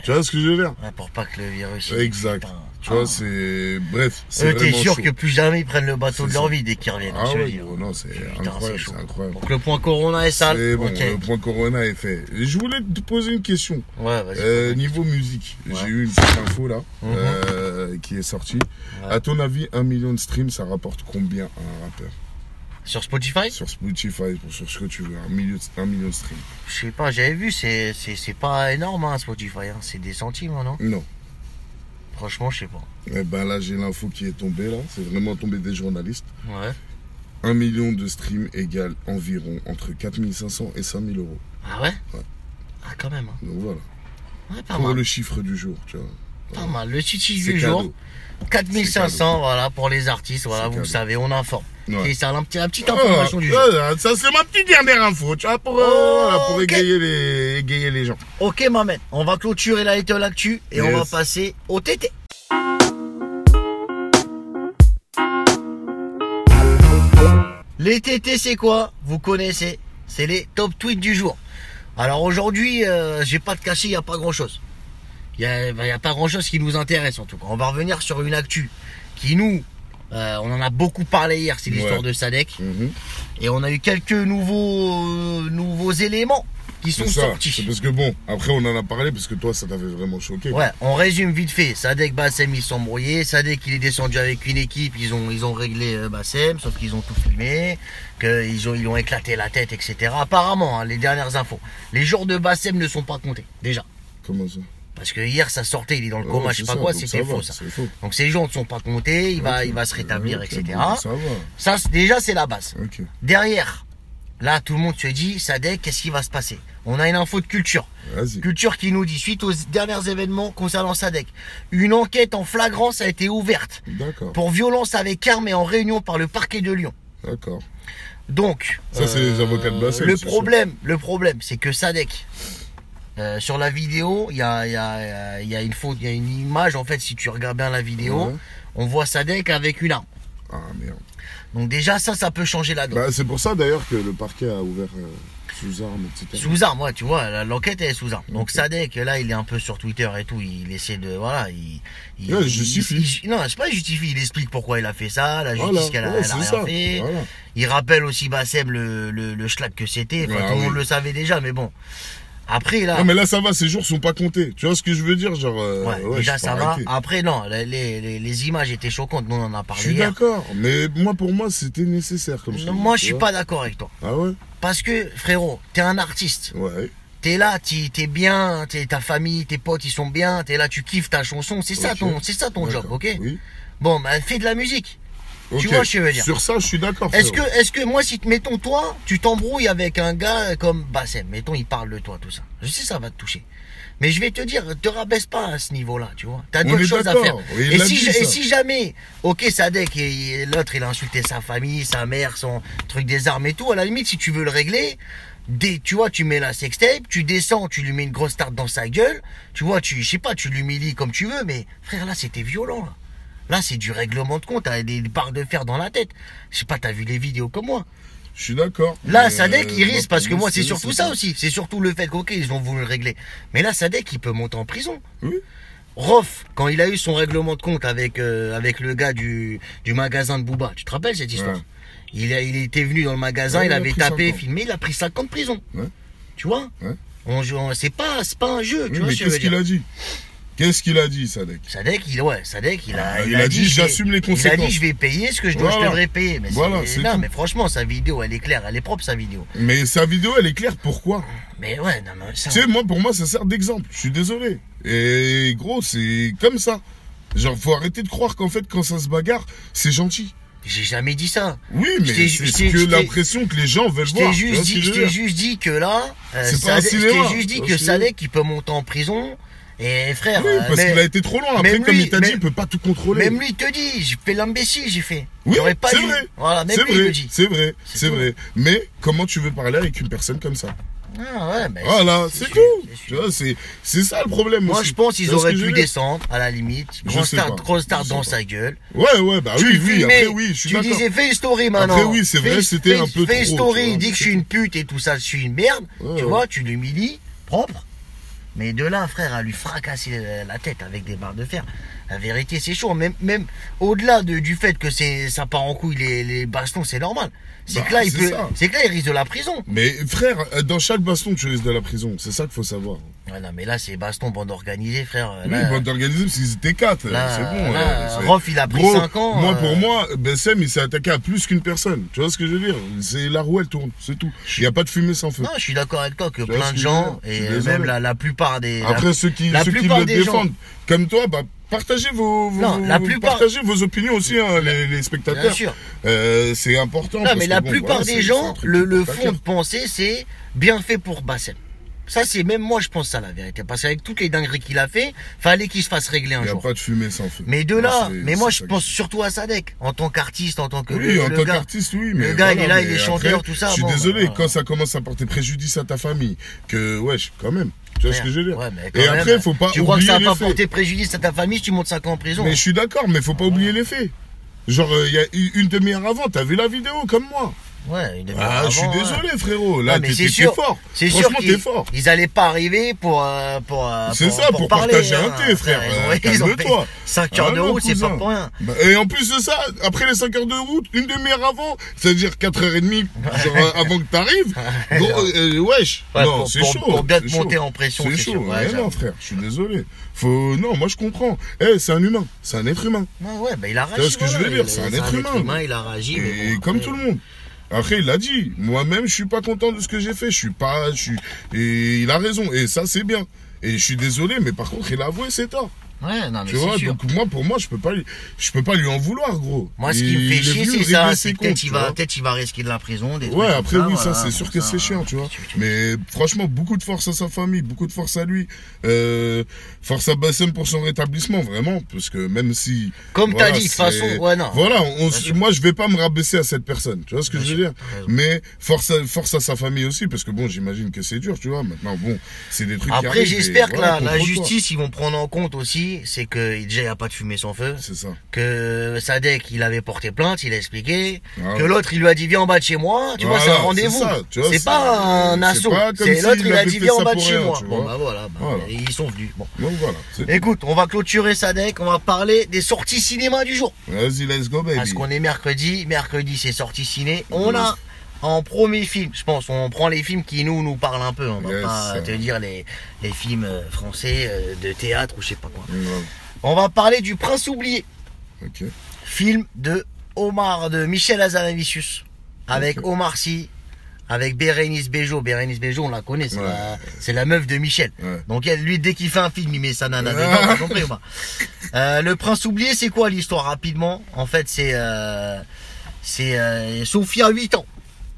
Speaker 2: Tu vois ce que je veux dire
Speaker 1: Ah Ouais, pour pas que le virus. il-
Speaker 2: Exact.
Speaker 1: Putain.
Speaker 2: Tu vois,
Speaker 1: Ah.
Speaker 2: c'est. Bref, c'est.
Speaker 1: Eux, t'es
Speaker 2: vraiment
Speaker 1: sûr
Speaker 2: chaud.
Speaker 1: que plus jamais ils prennent le bateau
Speaker 2: C'est
Speaker 1: de leur
Speaker 2: ça.
Speaker 1: vie dès qu'ils reviennent.
Speaker 2: Ah
Speaker 1: je te
Speaker 2: ouais,
Speaker 1: dis.
Speaker 2: gros, non, c'est
Speaker 1: Putain,
Speaker 2: incroyable,
Speaker 1: chaud.
Speaker 2: c'est incroyable.
Speaker 1: Donc le point corona est sale.
Speaker 2: C'est bon,
Speaker 1: Ok.
Speaker 2: le point Corona est fait. Je voulais te poser une question.
Speaker 1: Ouais, vas-y. Mhm.
Speaker 2: Euh, niveau musique, j'ai eu une petite info là, euh, qui est sortie.
Speaker 1: Ouais.
Speaker 2: À ton avis, un million de streams, ça rapporte combien à un rappeur
Speaker 1: Sur Spotify
Speaker 2: Sur Spotify, ou sur ce que tu veux, un, milieu de- un million de streams
Speaker 1: Je sais pas, j'avais vu, c'est c'est- c'est pas énorme hein, Spotify. hein. C'est des centimes, hein, non
Speaker 2: Non.
Speaker 1: Franchement, je sais pas.
Speaker 2: Eh ben là, j'ai l'info qui est tombée là. C'est vraiment tombé des journalistes.
Speaker 1: Ouais.
Speaker 2: Un million de streams égale environ entre 4500 et 5000 euros.
Speaker 1: Ah ouais
Speaker 2: Ouais.
Speaker 1: Ah, quand même. hein.
Speaker 2: Donc voilà.
Speaker 1: Ouais, pas
Speaker 2: pour
Speaker 1: mal.
Speaker 2: le chiffre du jour, tu vois.
Speaker 1: Pas mal. Le chichi
Speaker 2: C'est
Speaker 1: du jour.
Speaker 2: cadeau.
Speaker 1: 4500, voilà, pour les artistes, voilà,
Speaker 2: C'est
Speaker 1: vous
Speaker 2: cadeau.
Speaker 1: le savez, on informe.
Speaker 2: Ouais. Ah,
Speaker 1: Et ça, la petite, la petite information du jour.
Speaker 2: Voilà, ah, ça c'est ma petite dernière info, tu vois, pour, euh,
Speaker 1: Oh,
Speaker 2: voilà, pour
Speaker 1: ok.
Speaker 2: égayer, les, égayer les gens.
Speaker 1: Ok, Mohamed, on va clôturer la Little Actu et on
Speaker 2: Yes.
Speaker 1: va passer au TT. Les TT, c'est quoi Vous connaissez, c'est les top tweets du jour. Alors aujourd'hui, euh, j'ai pas de cachet, il n'y a pas grand chose. Il n'y a, ben, y a pas grand chose qui nous intéresse en tout cas. On va revenir sur une actu qui nous, euh, on en a beaucoup parlé hier, c'est l'histoire
Speaker 2: Ouais.
Speaker 1: de Sadek.
Speaker 2: Mhm.
Speaker 1: Et on a eu quelques nouveaux, euh, nouveaux éléments qui sont
Speaker 2: C'est ça.
Speaker 1: sortis.
Speaker 2: C'est parce que bon, après on en a parlé parce que toi ça t'avait vraiment choqué.
Speaker 1: Ouais, on résume vite fait. Sadek, Bassem, ils sont brouillés. Sadek, il est descendu avec une équipe. Ils ont, ils ont réglé euh, Bassem, sauf qu'ils ont tout filmé, qu'ils ont, ils ont éclaté la tête, etc. Apparemment, hein, les dernières infos. Les jours de Bassem ne sont pas comptés, déjà.
Speaker 2: Comment ça Ah
Speaker 1: Parce que hier, ça sortait, il est dans le
Speaker 2: Ouais,
Speaker 1: coma,
Speaker 2: c'est
Speaker 1: je sais pas
Speaker 2: ça,
Speaker 1: quoi,
Speaker 2: donc
Speaker 1: c'était
Speaker 2: ça va,
Speaker 1: faux, ça.
Speaker 2: c'est faux.
Speaker 1: Donc ces jours ne sont pas comptés, il, va,
Speaker 2: Ok.
Speaker 1: il va se rétablir,
Speaker 2: Ok,
Speaker 1: etc.
Speaker 2: bon, ça va.
Speaker 1: Ça, c'est- déjà, c'est la base.
Speaker 2: Ok.
Speaker 1: Derrière, là, tout le monde se dit, Sadek, qu'est-ce qui va se passer On a une info de culture.
Speaker 2: Vas-y.
Speaker 1: Culture qui nous dit, suite aux derniers événements concernant Sadek, une enquête en flagrance a été ouverte
Speaker 2: D'accord.
Speaker 1: pour violence avec armes et en réunion par le parquet de Lyon.
Speaker 2: D'accord.
Speaker 1: Donc, euh,
Speaker 2: Ça, c'est les avocats de Bassem,
Speaker 1: Le
Speaker 2: c'est
Speaker 1: problème, le problème, c'est que Sadek, euh, sur la vidéo, il y a, il y a- il y a une faute, il y a une image en fait. Si tu regardes bien la vidéo,
Speaker 2: Ouais.
Speaker 1: on voit Sadek avec une arme.
Speaker 2: Ah merde.
Speaker 1: Donc déjà ça, ça peut changer la donne.
Speaker 2: Bah, c'est pour ça d'ailleurs que le parquet a ouvert euh, sous armes, etc.
Speaker 1: Sous arme, ouais, tu vois, la- l'enquête elle est sous arme. Donc
Speaker 2: Ok.
Speaker 1: Sadek, là, il est un peu sur Twitter et tout, il essaie de, voilà, il, il,
Speaker 2: Ouais, il
Speaker 1: il-
Speaker 2: justifie.
Speaker 1: il- il- non, c'est pas il justifie, il explique pourquoi il a fait ça, la justice
Speaker 2: Voilà,
Speaker 1: qu'elle a,
Speaker 2: ouais,
Speaker 1: elle a
Speaker 2: c'est
Speaker 1: rien
Speaker 2: ça.
Speaker 1: fait.
Speaker 2: Voilà.
Speaker 1: Il rappelle aussi Bassem le, le, le schlag que c'était, enfin,
Speaker 2: Ah
Speaker 1: tout le
Speaker 2: oui.
Speaker 1: monde le savait déjà, mais bon. Après, là,
Speaker 2: Non mais là ça va, ces jours sont pas comptés. Tu vois ce que je veux dire, genre. euh,
Speaker 1: ouais,
Speaker 2: ouais,
Speaker 1: déjà
Speaker 2: je suis
Speaker 1: ça
Speaker 2: pas
Speaker 1: va.
Speaker 2: inquiet.
Speaker 1: Après, non, les, les, les images étaient choquantes, nous on en a
Speaker 2: Je
Speaker 1: parlé
Speaker 2: suis
Speaker 1: hier.
Speaker 2: d'accord, mais moi pour moi c'était nécessaire comme je te
Speaker 1: Non,
Speaker 2: dis,
Speaker 1: Moi,
Speaker 2: tu
Speaker 1: je suis
Speaker 2: vois.
Speaker 1: pas d'accord avec toi.
Speaker 2: Ah ouais
Speaker 1: Parce que, frérot, t'es un artiste.
Speaker 2: Ouais.
Speaker 1: T'es là, t'y- t'es bien, t'es- ta famille, tes potes, ils sont bien, t'es là, tu kiffes ta chanson, c'est ça
Speaker 2: Ok.
Speaker 1: ton, c'est ça ton job,
Speaker 2: D'accord.
Speaker 1: ok
Speaker 2: Oui.
Speaker 1: Bon, bah, fais de la musique.
Speaker 2: Ok.
Speaker 1: vois ce que je veux dire
Speaker 2: Sur ça, je suis d'accord.
Speaker 1: Est-ce que,
Speaker 2: frérot.
Speaker 1: est-ce que moi, si te mettons toi, tu t'embrouilles avec un gars comme Bassem, mettons, il parle de toi, tout ça. Je sais, ça va te toucher. Mais je vais te dire, te rabaisse pas à ce niveau-là, tu vois. T'as
Speaker 2: On
Speaker 1: d'autres
Speaker 2: est
Speaker 1: choses à
Speaker 2: d'accord.
Speaker 1: faire.
Speaker 2: Oui, il
Speaker 1: Et
Speaker 2: l'a
Speaker 1: si,
Speaker 2: dit,
Speaker 1: ja- et
Speaker 2: ça.
Speaker 1: si jamais, ok, Sadek, et, et l'autre, il a insulté sa famille, sa mère, son truc des armes et tout, à la limite, si tu veux le régler, dès, tu vois, tu mets la sextape, tu descends, tu lui mets une grosse tarte dans sa gueule, tu vois, tu, je sais pas, tu l'humilies comme tu veux, mais frère, là, c'était violent, là. Là, c'est du règlement de compte, t'as des barres de fer dans la tête. Je sais pas, t'as vu les vidéos comme moi.
Speaker 2: Je suis d'accord.
Speaker 1: Là,
Speaker 2: mais,
Speaker 1: Sadek, il
Speaker 2: euh,
Speaker 1: risque, parce que
Speaker 2: pour
Speaker 1: moi, c'est surtout ça
Speaker 2: nécessaire.
Speaker 1: aussi. C'est surtout le fait qu'ok, ils ont voulu le régler. Mais là, Sadek, il peut monter en prison.
Speaker 2: Oui.
Speaker 1: Rof, quand il a eu son règlement de compte avec, euh, avec le gars du, du magasin de Booba, tu te rappelles cette histoire
Speaker 2: Ouais.
Speaker 1: Il, a- il était venu dans le magasin,
Speaker 2: Ouais,
Speaker 1: il
Speaker 2: il a
Speaker 1: avait
Speaker 2: pris
Speaker 1: tapé,
Speaker 2: 50.
Speaker 1: filmé, il a pris 50 prisons.
Speaker 2: Ouais.
Speaker 1: Tu vois
Speaker 2: Ouais.
Speaker 1: on, joue- on- C'est pas, c'est pas un jeu, tu
Speaker 2: Oui,
Speaker 1: vois
Speaker 2: mais
Speaker 1: ce que je
Speaker 2: qu'est-ce
Speaker 1: veux dire.
Speaker 2: qu'il a dit Qu'est-ce qu'il a dit, Sadek
Speaker 1: Sadek, il, ouais, Sadek, il a,
Speaker 2: Ah, il a dit,
Speaker 1: je vais-
Speaker 2: j'assume
Speaker 1: Il
Speaker 2: les
Speaker 1: a dit,
Speaker 2: conséquences.
Speaker 1: je vais payer ce que je dois, je
Speaker 2: Voilà.
Speaker 1: devrais payer. Mais
Speaker 2: Voilà,
Speaker 1: c'est,
Speaker 2: c'est
Speaker 1: non,
Speaker 2: tout.
Speaker 1: mais franchement, sa vidéo, elle est claire, elle est propre, sa vidéo.
Speaker 2: Mais sa vidéo, elle est claire. Pourquoi
Speaker 1: Mais ouais, non, mais ça.
Speaker 2: Tu sais, moi, pour moi, ça sert d'exemple. Je suis désolé. Et gros, c'est comme ça. Genre, faut arrêter de croire qu'en fait, quand ça se bagarre, c'est gentil.
Speaker 1: J'ai jamais dit ça.
Speaker 2: Oui,
Speaker 1: Je
Speaker 2: mais
Speaker 1: t'ai-
Speaker 2: c'est
Speaker 1: je
Speaker 2: ce
Speaker 1: t'ai- je
Speaker 2: que
Speaker 1: t'ai-
Speaker 2: l'impression que les gens veulent
Speaker 1: Je
Speaker 2: voir.
Speaker 1: t'ai
Speaker 2: Tu vois
Speaker 1: juste,
Speaker 2: ce que
Speaker 1: dit-
Speaker 2: je
Speaker 1: je
Speaker 2: veux
Speaker 1: t'ai
Speaker 2: dire
Speaker 1: juste dit que là, euh,
Speaker 2: C'est pas un
Speaker 1: Sadek- je
Speaker 2: cinéma,
Speaker 1: t'ai juste dit
Speaker 2: tu vois
Speaker 1: que
Speaker 2: ce que je veux dire.
Speaker 1: Sadek, il peut monter en prison. Et frère,
Speaker 2: Oui,
Speaker 1: euh,
Speaker 2: parce
Speaker 1: mais-
Speaker 2: qu'il a été trop loin. Après,
Speaker 1: même
Speaker 2: comme
Speaker 1: lui-
Speaker 2: il t'a dit,
Speaker 1: même-
Speaker 2: il peut pas tout contrôler.
Speaker 1: Même lui il te dit, j'ai fait l'imbécile, j'ai fait.
Speaker 2: Oui,
Speaker 1: J'aurais pas
Speaker 2: c'est
Speaker 1: dû.
Speaker 2: vrai.
Speaker 1: Voilà, même
Speaker 2: c'est
Speaker 1: lui il le
Speaker 2: vrai,
Speaker 1: dit.
Speaker 2: c'est vrai, c'est
Speaker 1: tout.
Speaker 2: vrai. Mais comment tu veux parler avec une personne comme ça
Speaker 1: Ah ouais, ben,
Speaker 2: Voilà, c'est
Speaker 1: sûr,
Speaker 2: tout.
Speaker 1: c'est sûr.
Speaker 2: Tu vois, c'est c'est ça le problème
Speaker 1: Moi
Speaker 2: aussi.
Speaker 1: je pense
Speaker 2: Tu
Speaker 1: qu'ils
Speaker 2: vois ce
Speaker 1: auraient
Speaker 2: que je
Speaker 1: pu
Speaker 2: veux dire
Speaker 1: descendre à la limite.
Speaker 2: Je
Speaker 1: Gros
Speaker 2: sais
Speaker 1: star,
Speaker 2: pas.
Speaker 1: gros star
Speaker 2: Je
Speaker 1: dans
Speaker 2: sais
Speaker 1: sa gueule.
Speaker 2: Ouais, ouais, bah
Speaker 1: Tu
Speaker 2: oui,
Speaker 1: le
Speaker 2: oui.
Speaker 1: filmais,
Speaker 2: Après, oui, je suis
Speaker 1: Tu
Speaker 2: d'accord.
Speaker 1: disais fais une story maintenant.
Speaker 2: oui, c'est vrai,
Speaker 1: Fais-
Speaker 2: c'était un
Speaker 1: fais-
Speaker 2: peu
Speaker 1: Fais une
Speaker 2: trop,
Speaker 1: story,
Speaker 2: tu vois,
Speaker 1: il dit que je suis une pute et tout ça, je suis une merde.
Speaker 2: Ouais,
Speaker 1: tu
Speaker 2: ouais.
Speaker 1: vois, tu l'humilies, propre. Mais de là, frère, à lui fracasser euh, la tête avec des barres de fer. La vérité, c'est chaud. Même, même au-delà de- du fait que c'est, ça part en couille, les, les bastons, c'est normal. C'est
Speaker 2: Bah,
Speaker 1: que là, il
Speaker 2: c'est
Speaker 1: peut,
Speaker 2: ça.
Speaker 1: c'est que là, il risque de la prison.
Speaker 2: Mais frère, euh, dans chaque baston, tu risques de la prison. C'est ça qu'il faut savoir.
Speaker 1: Ouais, non, mais là, c'est baston, bande organisée, frère. Ah, Là,
Speaker 2: Oui, bande organisée, parce qu'ils étaient quatre.
Speaker 1: là,
Speaker 2: c'est bon.
Speaker 1: là,
Speaker 2: euh, c'est-
Speaker 1: Rof, il a pris
Speaker 2: Gros,
Speaker 1: cinq ans,
Speaker 2: Moi,
Speaker 1: euh,
Speaker 2: pour moi, Bessem, il s'est attaqué à plus qu'une personne. Tu vois ce que je veux dire C'est la roue, elle tourne. C'est tout. Il n'y a pas de fumée sans feu.
Speaker 1: Non, je suis d'accord avec toi que
Speaker 2: vois
Speaker 1: plein
Speaker 2: ce
Speaker 1: de
Speaker 2: que je
Speaker 1: gens,
Speaker 2: veux dire Je suis
Speaker 1: et
Speaker 2: désolé.
Speaker 1: même la, la plupart des.
Speaker 2: Après,
Speaker 1: la-
Speaker 2: ceux qui,
Speaker 1: la
Speaker 2: ceux qui
Speaker 1: plupart
Speaker 2: le
Speaker 1: des gens-
Speaker 2: défendent, comme toi, bah, partagez vos, vos-
Speaker 1: Non, la
Speaker 2: vos-
Speaker 1: plupart-
Speaker 2: partagez vos opinions aussi, hein, les, les spectateurs.
Speaker 1: Bien sûr.
Speaker 2: Euh, c'est important.
Speaker 1: Non,
Speaker 2: parce
Speaker 1: mais
Speaker 2: que,
Speaker 1: la
Speaker 2: bon,
Speaker 1: plupart
Speaker 2: voilà,
Speaker 1: des
Speaker 2: c'est- c'est un
Speaker 1: gens,
Speaker 2: truc
Speaker 1: le,
Speaker 2: qui
Speaker 1: le
Speaker 2: porte à
Speaker 1: fond
Speaker 2: cœur.
Speaker 1: de pensée, c'est bien fait pour Bassem. Ça, c'est même moi, je pense ça, la vérité. Parce qu'avec toutes les dingueries qu'il a fait, fallait qu'il se fasse régler un
Speaker 2: Il n'y a
Speaker 1: jour.
Speaker 2: pas de fumée sans feu.
Speaker 1: Mais de
Speaker 2: Non,
Speaker 1: là,
Speaker 2: ah, c'est-
Speaker 1: mais moi,
Speaker 2: c'est
Speaker 1: je
Speaker 2: ça
Speaker 1: pense surtout à Sadek, en tant qu'artiste, en tant que.
Speaker 2: Oui,
Speaker 1: le-
Speaker 2: en
Speaker 1: le
Speaker 2: tant
Speaker 1: gars.
Speaker 2: qu'artiste, oui, mais.
Speaker 1: le gars, il est
Speaker 2: voilà,
Speaker 1: là, il
Speaker 2: mais
Speaker 1: est chanteur, tout ça,
Speaker 2: Je suis
Speaker 1: bon,
Speaker 2: désolé,
Speaker 1: voilà.
Speaker 2: quand ça commence à porter préjudice à ta famille, que, wesh, quand même. Tu vois ce que je veux dire
Speaker 1: Ouais, mais quand
Speaker 2: Et
Speaker 1: même,
Speaker 2: après, faut pas
Speaker 1: Tu crois que
Speaker 2: oublier
Speaker 1: ça
Speaker 2: les
Speaker 1: va pas
Speaker 2: faits.
Speaker 1: porter préjudice à ta famille si tu montes 5 ans en prison
Speaker 2: Mais je suis d'accord, mais faut pas oublier les faits. Genre, euh, il y a eu- une demi-heure avant, t'as vu la vidéo, comme moi.
Speaker 1: Ouais, une demi-heure
Speaker 2: Ah, je suis
Speaker 1: avant, ouais.
Speaker 2: désolé, frérot.
Speaker 1: Ah,
Speaker 2: Là,
Speaker 1: mais
Speaker 2: t'es
Speaker 1: c'est
Speaker 2: t'es
Speaker 1: sûr,
Speaker 2: fort.
Speaker 1: C'est sûr
Speaker 2: Franchement,
Speaker 1: qu'ils-
Speaker 2: t'es fort.
Speaker 1: Ils allaient pas arriver pour euh, pour euh,
Speaker 2: C'est ça, pour
Speaker 1: parler,
Speaker 2: partager
Speaker 1: hein.
Speaker 2: un thé, frère.
Speaker 1: Ils ont-
Speaker 2: Euh,
Speaker 1: Ils ont,
Speaker 2: calme-toi.
Speaker 1: 5 heures
Speaker 2: Ah
Speaker 1: de
Speaker 2: non,
Speaker 1: route, c'est
Speaker 2: cousin.
Speaker 1: pas pour rien.
Speaker 2: Bah, Et en plus de ça, après les 5 heures de route, une demi-heure avant, c'est-à-dire 4h30 genre, euh, avant que t'arrives, gros, euh, wesh,
Speaker 1: Ouais,
Speaker 2: non,
Speaker 1: pour-
Speaker 2: c'est
Speaker 1: pour-
Speaker 2: chaud.
Speaker 1: pour bien te
Speaker 2: c'est
Speaker 1: monter
Speaker 2: chaud.
Speaker 1: en pression,
Speaker 2: C'est
Speaker 1: c'est
Speaker 2: chaud,
Speaker 1: sûr, ouais,
Speaker 2: mais
Speaker 1: j'avoue.
Speaker 2: non frère, je suis désolé. Faut... Non, moi je comprends. Eh, c'est un humain, c'est un être humain.
Speaker 1: Ouais, ouais, bah, il a réagi.
Speaker 2: vois ce que je
Speaker 1: voilà,
Speaker 2: veux dire,
Speaker 1: il-
Speaker 2: c'est un être humain.
Speaker 1: Il a réagi. mais
Speaker 2: Et
Speaker 1: bon,
Speaker 2: comme
Speaker 1: après,
Speaker 2: tout le monde. Après, il l'a dit. Moi-même, je suis pas content de ce que j'ai fait. Je suis pas, je suis. Et il a raison. Et ça, c'est bien. Et je suis désolé, mais par contre, il a avoué ses torts.
Speaker 1: Ouais, non, mais
Speaker 2: Tu vois,
Speaker 1: c'est sûr.
Speaker 2: donc moi, pour moi, je peux pas, lui- je peux pas lui en vouloir, gros.
Speaker 1: Moi, ce qui me
Speaker 2: Il est
Speaker 1: fait chier,
Speaker 2: venu
Speaker 1: c'est
Speaker 2: régler
Speaker 1: ça.
Speaker 2: ses
Speaker 1: C'est que
Speaker 2: comptes,
Speaker 1: peut-être
Speaker 2: tu
Speaker 1: il
Speaker 2: vois.
Speaker 1: va, peut-être il va risquer de la prison. Des
Speaker 2: Ouais,
Speaker 1: trucs
Speaker 2: après
Speaker 1: comme hein.
Speaker 2: oui,
Speaker 1: voilà,
Speaker 2: ça c'est sûr
Speaker 1: bon,
Speaker 2: que c'est chiant, tu vois. Mais franchement, beaucoup de force à sa famille, beaucoup de force à lui, Euh, force à Bassem pour son rétablissement, vraiment, parce que même si.
Speaker 1: Comme t'as dit, de toute
Speaker 2: c'est-
Speaker 1: façon, ouais, non.
Speaker 2: Voilà, on s-
Speaker 1: sûr.
Speaker 2: moi je vais pas me rabaisser à cette personne, tu vois ce que
Speaker 1: Bien
Speaker 2: je veux
Speaker 1: sûr,
Speaker 2: dire.
Speaker 1: t'as raison.
Speaker 2: Mais force à, force à sa famille aussi, parce que bon, j'imagine que c'est dur, tu vois. Maintenant, bon, c'est des trucs. qui
Speaker 1: Après,
Speaker 2: arrivent,
Speaker 1: j'espère
Speaker 2: et
Speaker 1: que la,
Speaker 2: voilà,
Speaker 1: la
Speaker 2: contrôle-toi.
Speaker 1: justice, ils vont prendre en compte aussi, c'est que déjà, il n'y a pas de fumée sans feu.
Speaker 2: C'est ça.
Speaker 1: que Sadek, il avait porté plainte, il a expliqué.
Speaker 2: Ah
Speaker 1: Que
Speaker 2: ouais.
Speaker 1: l'autre, il lui a dit, viens en bas de chez moi. Tu vois,
Speaker 2: Voilà,
Speaker 1: c'est un
Speaker 2: c'est
Speaker 1: rendez-vous.
Speaker 2: ça, tu vois,
Speaker 1: C'est
Speaker 2: c'est-
Speaker 1: pas un
Speaker 2: c'est
Speaker 1: assaut.
Speaker 2: pas comme
Speaker 1: C'est
Speaker 2: s'il
Speaker 1: l'autre, il a
Speaker 2: avait
Speaker 1: dit,
Speaker 2: fait
Speaker 1: viens en
Speaker 2: ça
Speaker 1: bas de
Speaker 2: pour
Speaker 1: chez
Speaker 2: rien,
Speaker 1: moi.
Speaker 2: tu
Speaker 1: Bon,
Speaker 2: vois.
Speaker 1: bah voilà. bah,
Speaker 2: Voilà.
Speaker 1: Ils sont venus. Bon.
Speaker 2: Donc voilà. c'est-
Speaker 1: Écoute, on va clôturer Sadek, on va parler des sorties cinéma du jour.
Speaker 2: Vas-y, let's go, baby.
Speaker 1: Parce qu'on est mercredi, mercredi c'est sorties ciné. On
Speaker 2: Eh Oui.
Speaker 1: a en premier film, je pense, on prend les films qui nous nous parlent un peu. hein. On va
Speaker 2: Yes.
Speaker 1: pas te dire les, les films euh, français euh, de théâtre ou je sais pas quoi.
Speaker 2: Grave.
Speaker 1: On va parler du Prince oublié.
Speaker 2: Ok.
Speaker 1: film de Omar, de Michel Hazanavicius, avec
Speaker 2: Ok.
Speaker 1: Omar Sy, avec Bérénice Bejo. Bérénice Bejo, on la connaît, c'est
Speaker 2: Ouais.
Speaker 1: la, c'est la meuf de Michel.
Speaker 2: Ouais.
Speaker 1: Donc elle, lui, dès qu'il fait un film, il met sa nana dedans,
Speaker 2: Ah.
Speaker 1: t'as compris ou pas Euh, Le Prince oublié, c'est quoi l'histoire rapidement En fait, c'est euh, c'est euh, Sophia, 8 ans,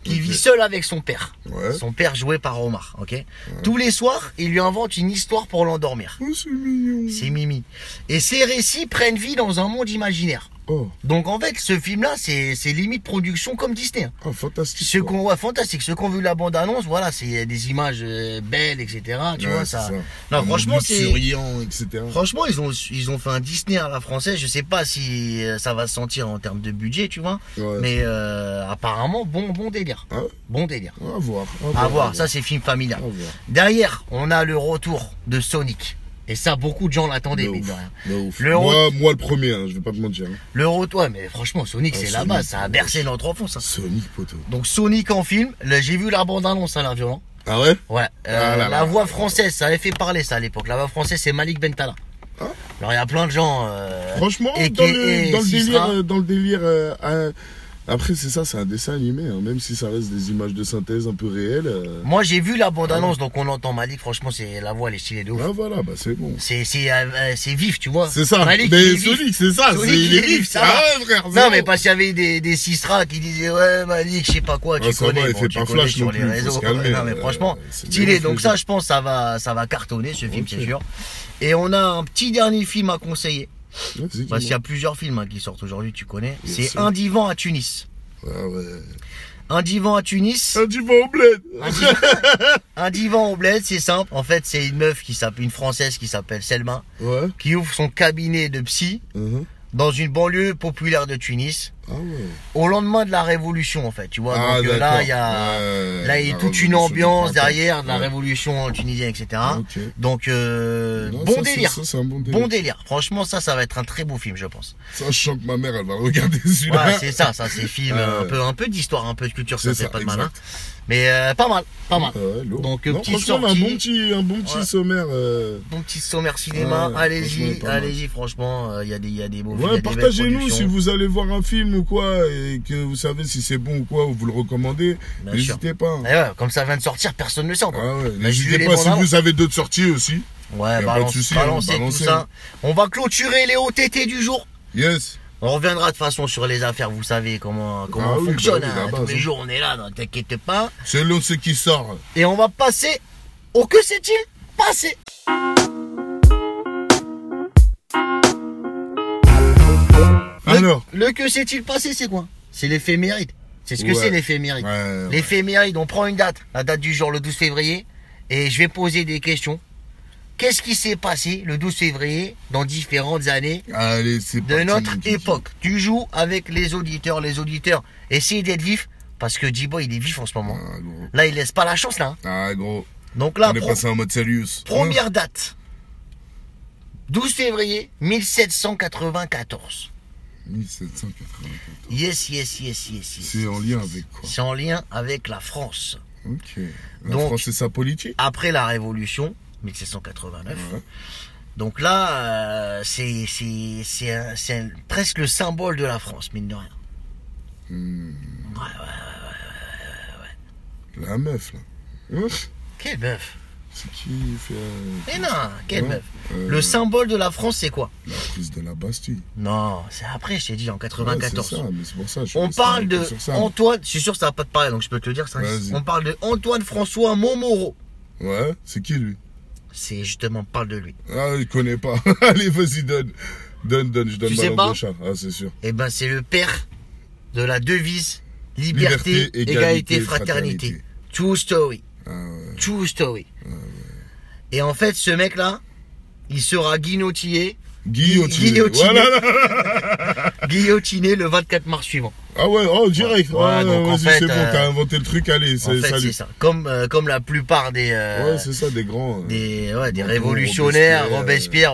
Speaker 1: qui
Speaker 2: Ok. Hein?
Speaker 1: vit seule avec son père.
Speaker 2: Ouais.
Speaker 1: Son père joué par Omar, ok Tous les soirs, il lui invente une histoire pour l'endormir.
Speaker 2: Oh, c'est mignon.
Speaker 1: C'est Mimi. Et ses récits prennent vie dans un monde imaginaire.
Speaker 2: Oh,
Speaker 1: Donc en fait, ce film-là, c'est c'est limite production comme Disney. hein.
Speaker 2: ah, fantastique.
Speaker 1: Ceux
Speaker 2: quoi.
Speaker 1: qu'on voit fantastique, ceux qu'on vu la bande-annonce, voilà, c'est des images euh, belles, etc. Tu
Speaker 2: Ouais,
Speaker 1: vois
Speaker 2: c'est
Speaker 1: ça.
Speaker 2: Un
Speaker 1: Non,
Speaker 2: monde
Speaker 1: franchement, c'est
Speaker 2: luxuriant, etc.
Speaker 1: franchement, ils ont ils ont fait un Disney à la française. Je sais pas si euh, ça va se sentir en termes de budget, tu vois.
Speaker 2: Ouais.
Speaker 1: Mais euh, apparemment, bon bon délire,
Speaker 2: Ah,
Speaker 1: bon délire.
Speaker 2: à voir.
Speaker 1: À voir, ça c'est film familial.
Speaker 2: À voir.
Speaker 1: Derrière, on a le retour de Sonic. Et ça, beaucoup de gens l'attendaient,
Speaker 2: De
Speaker 1: mine
Speaker 2: ouf.
Speaker 1: de rien.
Speaker 2: De ouf.
Speaker 1: Le
Speaker 2: Moi, moi, le premier, hein, je vais pas te mentir. hein.
Speaker 1: Le retour, ouais, mais franchement, Sonic,
Speaker 2: Ah,
Speaker 1: c'est la
Speaker 2: Sonic,
Speaker 1: base. Ça a bercé notre enfance. ça.
Speaker 2: Sonic, poteau.
Speaker 1: Donc, Sonic en film, là, j'ai vu la bande-annonce à l'air violent.
Speaker 2: Ah ouais
Speaker 1: Ouais, euh,
Speaker 2: Ah là là.
Speaker 1: la voix française, ça avait fait parler ça à l'époque. La voix française, c'est Malik Bentala.
Speaker 2: Ah.
Speaker 1: Alors il y a plein de gens. euh,
Speaker 2: Franchement,
Speaker 1: et
Speaker 2: dans
Speaker 1: qui-
Speaker 2: le,
Speaker 1: et
Speaker 2: dans le délire.
Speaker 1: Sistra.
Speaker 2: euh, Dans le délire euh, euh, après, c'est ça, c'est un dessin animé, hein, même si ça reste des images de synthèse un peu réelles. euh,
Speaker 1: Moi j'ai vu la bande-annonce, donc on entend Malik. Franchement, c'est la voix, elle est stylée de ouf.
Speaker 2: Ah voilà, bah c'est bon.
Speaker 1: C'est c'est euh, euh, c'est vif, tu vois.
Speaker 2: C'est ça.
Speaker 1: Malik, il est
Speaker 2: mais
Speaker 1: vif.
Speaker 2: Sonic, c'est ça.
Speaker 1: Sonic,
Speaker 2: c'est- il est vif,
Speaker 1: ça
Speaker 2: Ah
Speaker 1: va.
Speaker 2: ouais, frère.
Speaker 1: Non
Speaker 2: zéro.
Speaker 1: mais parce qu'il y avait des des Sistra qui disaient ouais Malik, je sais pas quoi, tu
Speaker 2: Ah, ça
Speaker 1: connais,
Speaker 2: va, il
Speaker 1: bon,
Speaker 2: fait
Speaker 1: tu
Speaker 2: pas
Speaker 1: connais
Speaker 2: flash
Speaker 1: sur
Speaker 2: non
Speaker 1: les
Speaker 2: plus, faut
Speaker 1: réseaux.
Speaker 2: se calmer,
Speaker 1: non mais
Speaker 2: euh,
Speaker 1: franchement,
Speaker 2: c'est
Speaker 1: stylé.
Speaker 2: bien
Speaker 1: Donc
Speaker 2: fait.
Speaker 1: ça, je pense, ça va ça va cartonner ce film,
Speaker 2: Ok.
Speaker 1: c'est sûr. Et on a un petit dernier film à conseiller.
Speaker 2: Ouais, c'est
Speaker 1: Parce qu'il y
Speaker 2: bon.
Speaker 1: a plusieurs films hein, qui sortent aujourd'hui, tu connais.
Speaker 2: Yes,
Speaker 1: C'est
Speaker 2: sir.
Speaker 1: Un divan à Tunis.
Speaker 2: Ah ouais.
Speaker 1: Un divan à Tunis.
Speaker 2: Un divan au bled.
Speaker 1: Un divan, un divan au bled, c'est simple. En fait, c'est une meuf qui s'appelle, une française qui s'appelle Selma,
Speaker 2: Ouais.
Speaker 1: qui ouvre son cabinet de psy
Speaker 2: Mhm.
Speaker 1: dans une banlieue populaire de Tunis
Speaker 2: Ah ouais.
Speaker 1: au lendemain de la révolution, en fait. Tu vois,
Speaker 2: Ah,
Speaker 1: donc euh,
Speaker 2: d'accord.
Speaker 1: là, il y a,
Speaker 2: Ouais,
Speaker 1: là, il y a
Speaker 2: la
Speaker 1: toute une
Speaker 2: révolution
Speaker 1: ambiance
Speaker 2: du printemps.
Speaker 1: derrière de la
Speaker 2: Ouais.
Speaker 1: révolution tunisienne, etc.
Speaker 2: Ok.
Speaker 1: Donc, euh,
Speaker 2: Non,
Speaker 1: bon
Speaker 2: ça, c'est-
Speaker 1: délire.
Speaker 2: ça, c'est un bon délire.
Speaker 1: Bon délire. Franchement, ça, ça va être un très beau film, je pense.
Speaker 2: Ça, je sens que ma mère, elle va regarder celui-là.
Speaker 1: Ouais, c'est ça, ça, c'est film,
Speaker 2: Ah,
Speaker 1: euh, un
Speaker 2: ouais.
Speaker 1: peu, un peu d'histoire, un peu de culture, ça,
Speaker 2: C'est
Speaker 1: c'est
Speaker 2: ça,
Speaker 1: pas de
Speaker 2: exact.
Speaker 1: malin. Mais euh, pas mal, pas mal.
Speaker 2: Ouais, lourd.
Speaker 1: Donc, euh,
Speaker 2: Non,
Speaker 1: petite
Speaker 2: franchement, un
Speaker 1: sortie.
Speaker 2: bon petit, un bon petit
Speaker 1: Ouais.
Speaker 2: sommaire. euh,
Speaker 1: Bon petit sommaire cinéma,
Speaker 2: Ouais, franchement,
Speaker 1: allez-y,
Speaker 2: pas mal.
Speaker 1: allez-y, franchement, euh, il y, a des- y a des beaux films, y a
Speaker 2: Ouais,
Speaker 1: des belles
Speaker 2: partagez-nous si
Speaker 1: productions.
Speaker 2: vous allez voir un film ou quoi et que vous savez si c'est bon ou quoi ou vous le recommandez.
Speaker 1: Bien sûr.
Speaker 2: N'hésitez pas.
Speaker 1: Eh ouais, comme ça vient de sortir, personne ne le sent. quoi. Bah,
Speaker 2: Ah ouais,
Speaker 1: j'ai vu
Speaker 2: N'hésitez
Speaker 1: les
Speaker 2: pas si
Speaker 1: bandes
Speaker 2: vous avez d'autres sorties aussi.
Speaker 1: Ouais,
Speaker 2: pas de
Speaker 1: balance,
Speaker 2: souci, hein,
Speaker 1: balancez
Speaker 2: balancez.
Speaker 1: tout ça. On va clôturer les OTT du jour.
Speaker 2: Yes.
Speaker 1: On reviendra de toute façon sur les affaires, vous savez comment, comment
Speaker 2: Ah
Speaker 1: on
Speaker 2: oui, bah
Speaker 1: fonctionne.
Speaker 2: oui,
Speaker 1: hein.
Speaker 2: la
Speaker 1: Tous
Speaker 2: base,
Speaker 1: les
Speaker 2: hein.
Speaker 1: jours, on est là, ne t'inquiète pas.
Speaker 2: Selon ce qui sort.
Speaker 1: Et on va passer au que s'est-il passé Le-
Speaker 2: Alors.
Speaker 1: Le, que s'est-il passé, c'est quoi C'est l'éphéméride. C'est ce que
Speaker 2: Ouais.
Speaker 1: c'est l'éphéméride.
Speaker 2: Ouais, ouais.
Speaker 1: L'éphéméride, on prend une date, la date du jour, le 12 février, et je vais poser des questions. Qu'est-ce qui s'est passé le 12 février dans différentes années
Speaker 2: Allez, c'est
Speaker 1: de
Speaker 2: parti,
Speaker 1: notre
Speaker 2: mon kiki.
Speaker 1: époque Tu joues avec les auditeurs, les auditeurs. Essayez d'être vif, parce que Jibo, il est vif en ce moment.
Speaker 2: Ah gros.
Speaker 1: Là, il laisse pas la chance, là. hein.
Speaker 2: Ah gros.
Speaker 1: Donc là,
Speaker 2: On est
Speaker 1: pro-
Speaker 2: passé en mode Sirius.
Speaker 1: première date. 12 février 1794.
Speaker 2: Ah, 1784.
Speaker 1: Yes, yes, yes, yes, yes.
Speaker 2: C'est en lien avec quoi
Speaker 1: C'est en lien avec la France.
Speaker 2: Ok. La
Speaker 1: Donc-
Speaker 2: France, c'est sa politique
Speaker 1: après la Révolution, 1789.
Speaker 2: Ouais.
Speaker 1: hein. Donc là, euh, c'est- c'est c'est un- c'est un- presque le symbole de la France, mine de rien.
Speaker 2: La meuf, là. Ouf.
Speaker 1: Quelle meuf
Speaker 2: C'est qui fait euh,
Speaker 1: Mais non, quelle
Speaker 2: Ouais,
Speaker 1: meuf
Speaker 2: euh,
Speaker 1: Le symbole de la France, c'est quoi
Speaker 2: la prise de la Bastille
Speaker 1: Non, c'est après, je t'ai dit, en
Speaker 2: Ouais,
Speaker 1: 94.
Speaker 2: c'est ça, mais c'est pour ça, je suis
Speaker 1: On
Speaker 2: resté
Speaker 1: parle
Speaker 2: un
Speaker 1: de
Speaker 2: peu sur ça.
Speaker 1: Antoine, je suis sûr que ça va pas te parler, donc je peux te le dire. ça.
Speaker 2: Vas-y.
Speaker 1: On parle de Antoine François Montmoreau.
Speaker 2: Ouais, c'est qui lui
Speaker 1: C'est justement, on parle de lui.
Speaker 2: Ah, je connais pas. Allez, vas-y, donne. Donne, donne, je donne
Speaker 1: Tu
Speaker 2: ma
Speaker 1: sais
Speaker 2: langue
Speaker 1: pas
Speaker 2: au chat. Ah, c'est sûr.
Speaker 1: Eh ben, c'est le père de la devise liberté,
Speaker 2: Liberté,
Speaker 1: égalité,
Speaker 2: égalité,
Speaker 1: fraternité.
Speaker 2: fraternité.
Speaker 1: True story.
Speaker 2: Ah, ouais.
Speaker 1: True story. Et en fait, ce mec-là, il sera guillotiné,
Speaker 2: Guillotiné.
Speaker 1: guillotiné.
Speaker 2: Voilà, là.
Speaker 1: guillotiné le 24 mars suivant.
Speaker 2: Ah ouais, oh, direct.
Speaker 1: Ouais,
Speaker 2: Ah,
Speaker 1: donc, en
Speaker 2: vas-y,
Speaker 1: fait,
Speaker 2: c'est bon,
Speaker 1: euh,
Speaker 2: t'as inventé le truc, allez,
Speaker 1: En
Speaker 2: c'est
Speaker 1: fait,
Speaker 2: salut.
Speaker 1: c'est ça. Comme, euh, comme la plupart des, euh,
Speaker 2: Ouais, c'est ça, des grands. euh.
Speaker 1: des, ouais, des
Speaker 2: Danton,
Speaker 1: révolutionnaires,
Speaker 2: Robespierre,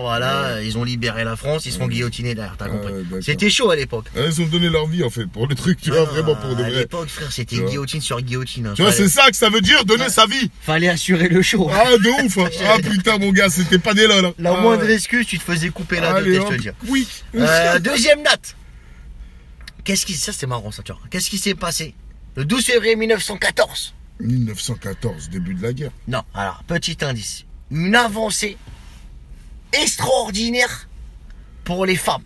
Speaker 1: Robespierre, voilà, ils ont libéré la France, ils se font guillotiner derrière, t'as
Speaker 2: Ouais,
Speaker 1: compris.
Speaker 2: d'accord.
Speaker 1: C'était chaud à l'époque.
Speaker 2: Ah, Ils ont donné leur vie, en fait, pour le truc, tu vois,
Speaker 1: Ah,
Speaker 2: vraiment, pour de
Speaker 1: À
Speaker 2: vrai.
Speaker 1: l'époque, frère, c'était
Speaker 2: Tu vois.
Speaker 1: guillotine sur guillotine. hein.
Speaker 2: Tu vois,
Speaker 1: Fallait-
Speaker 2: c'est ça que ça veut dire, donner sa vie.
Speaker 1: Fallait assurer le show.
Speaker 2: Ah, de ouf. hein. Ah, putain, mon gars, c'était pas des lol. hein.
Speaker 1: La
Speaker 2: Ah,
Speaker 1: moindre
Speaker 2: ouais.
Speaker 1: excuse, tu te faisais couper la tête,
Speaker 2: Allez,
Speaker 1: je te
Speaker 2: hop,
Speaker 1: le dis.
Speaker 2: quick.
Speaker 1: Euh, deuxième date. Qu'est-ce qui ça c'est marrant ça tu vois. Qu'est-ce qui s'est passé le 12 février 1914
Speaker 2: 1914, début de la guerre.
Speaker 1: Non, alors petit indice. Une avancée extraordinaire pour les femmes.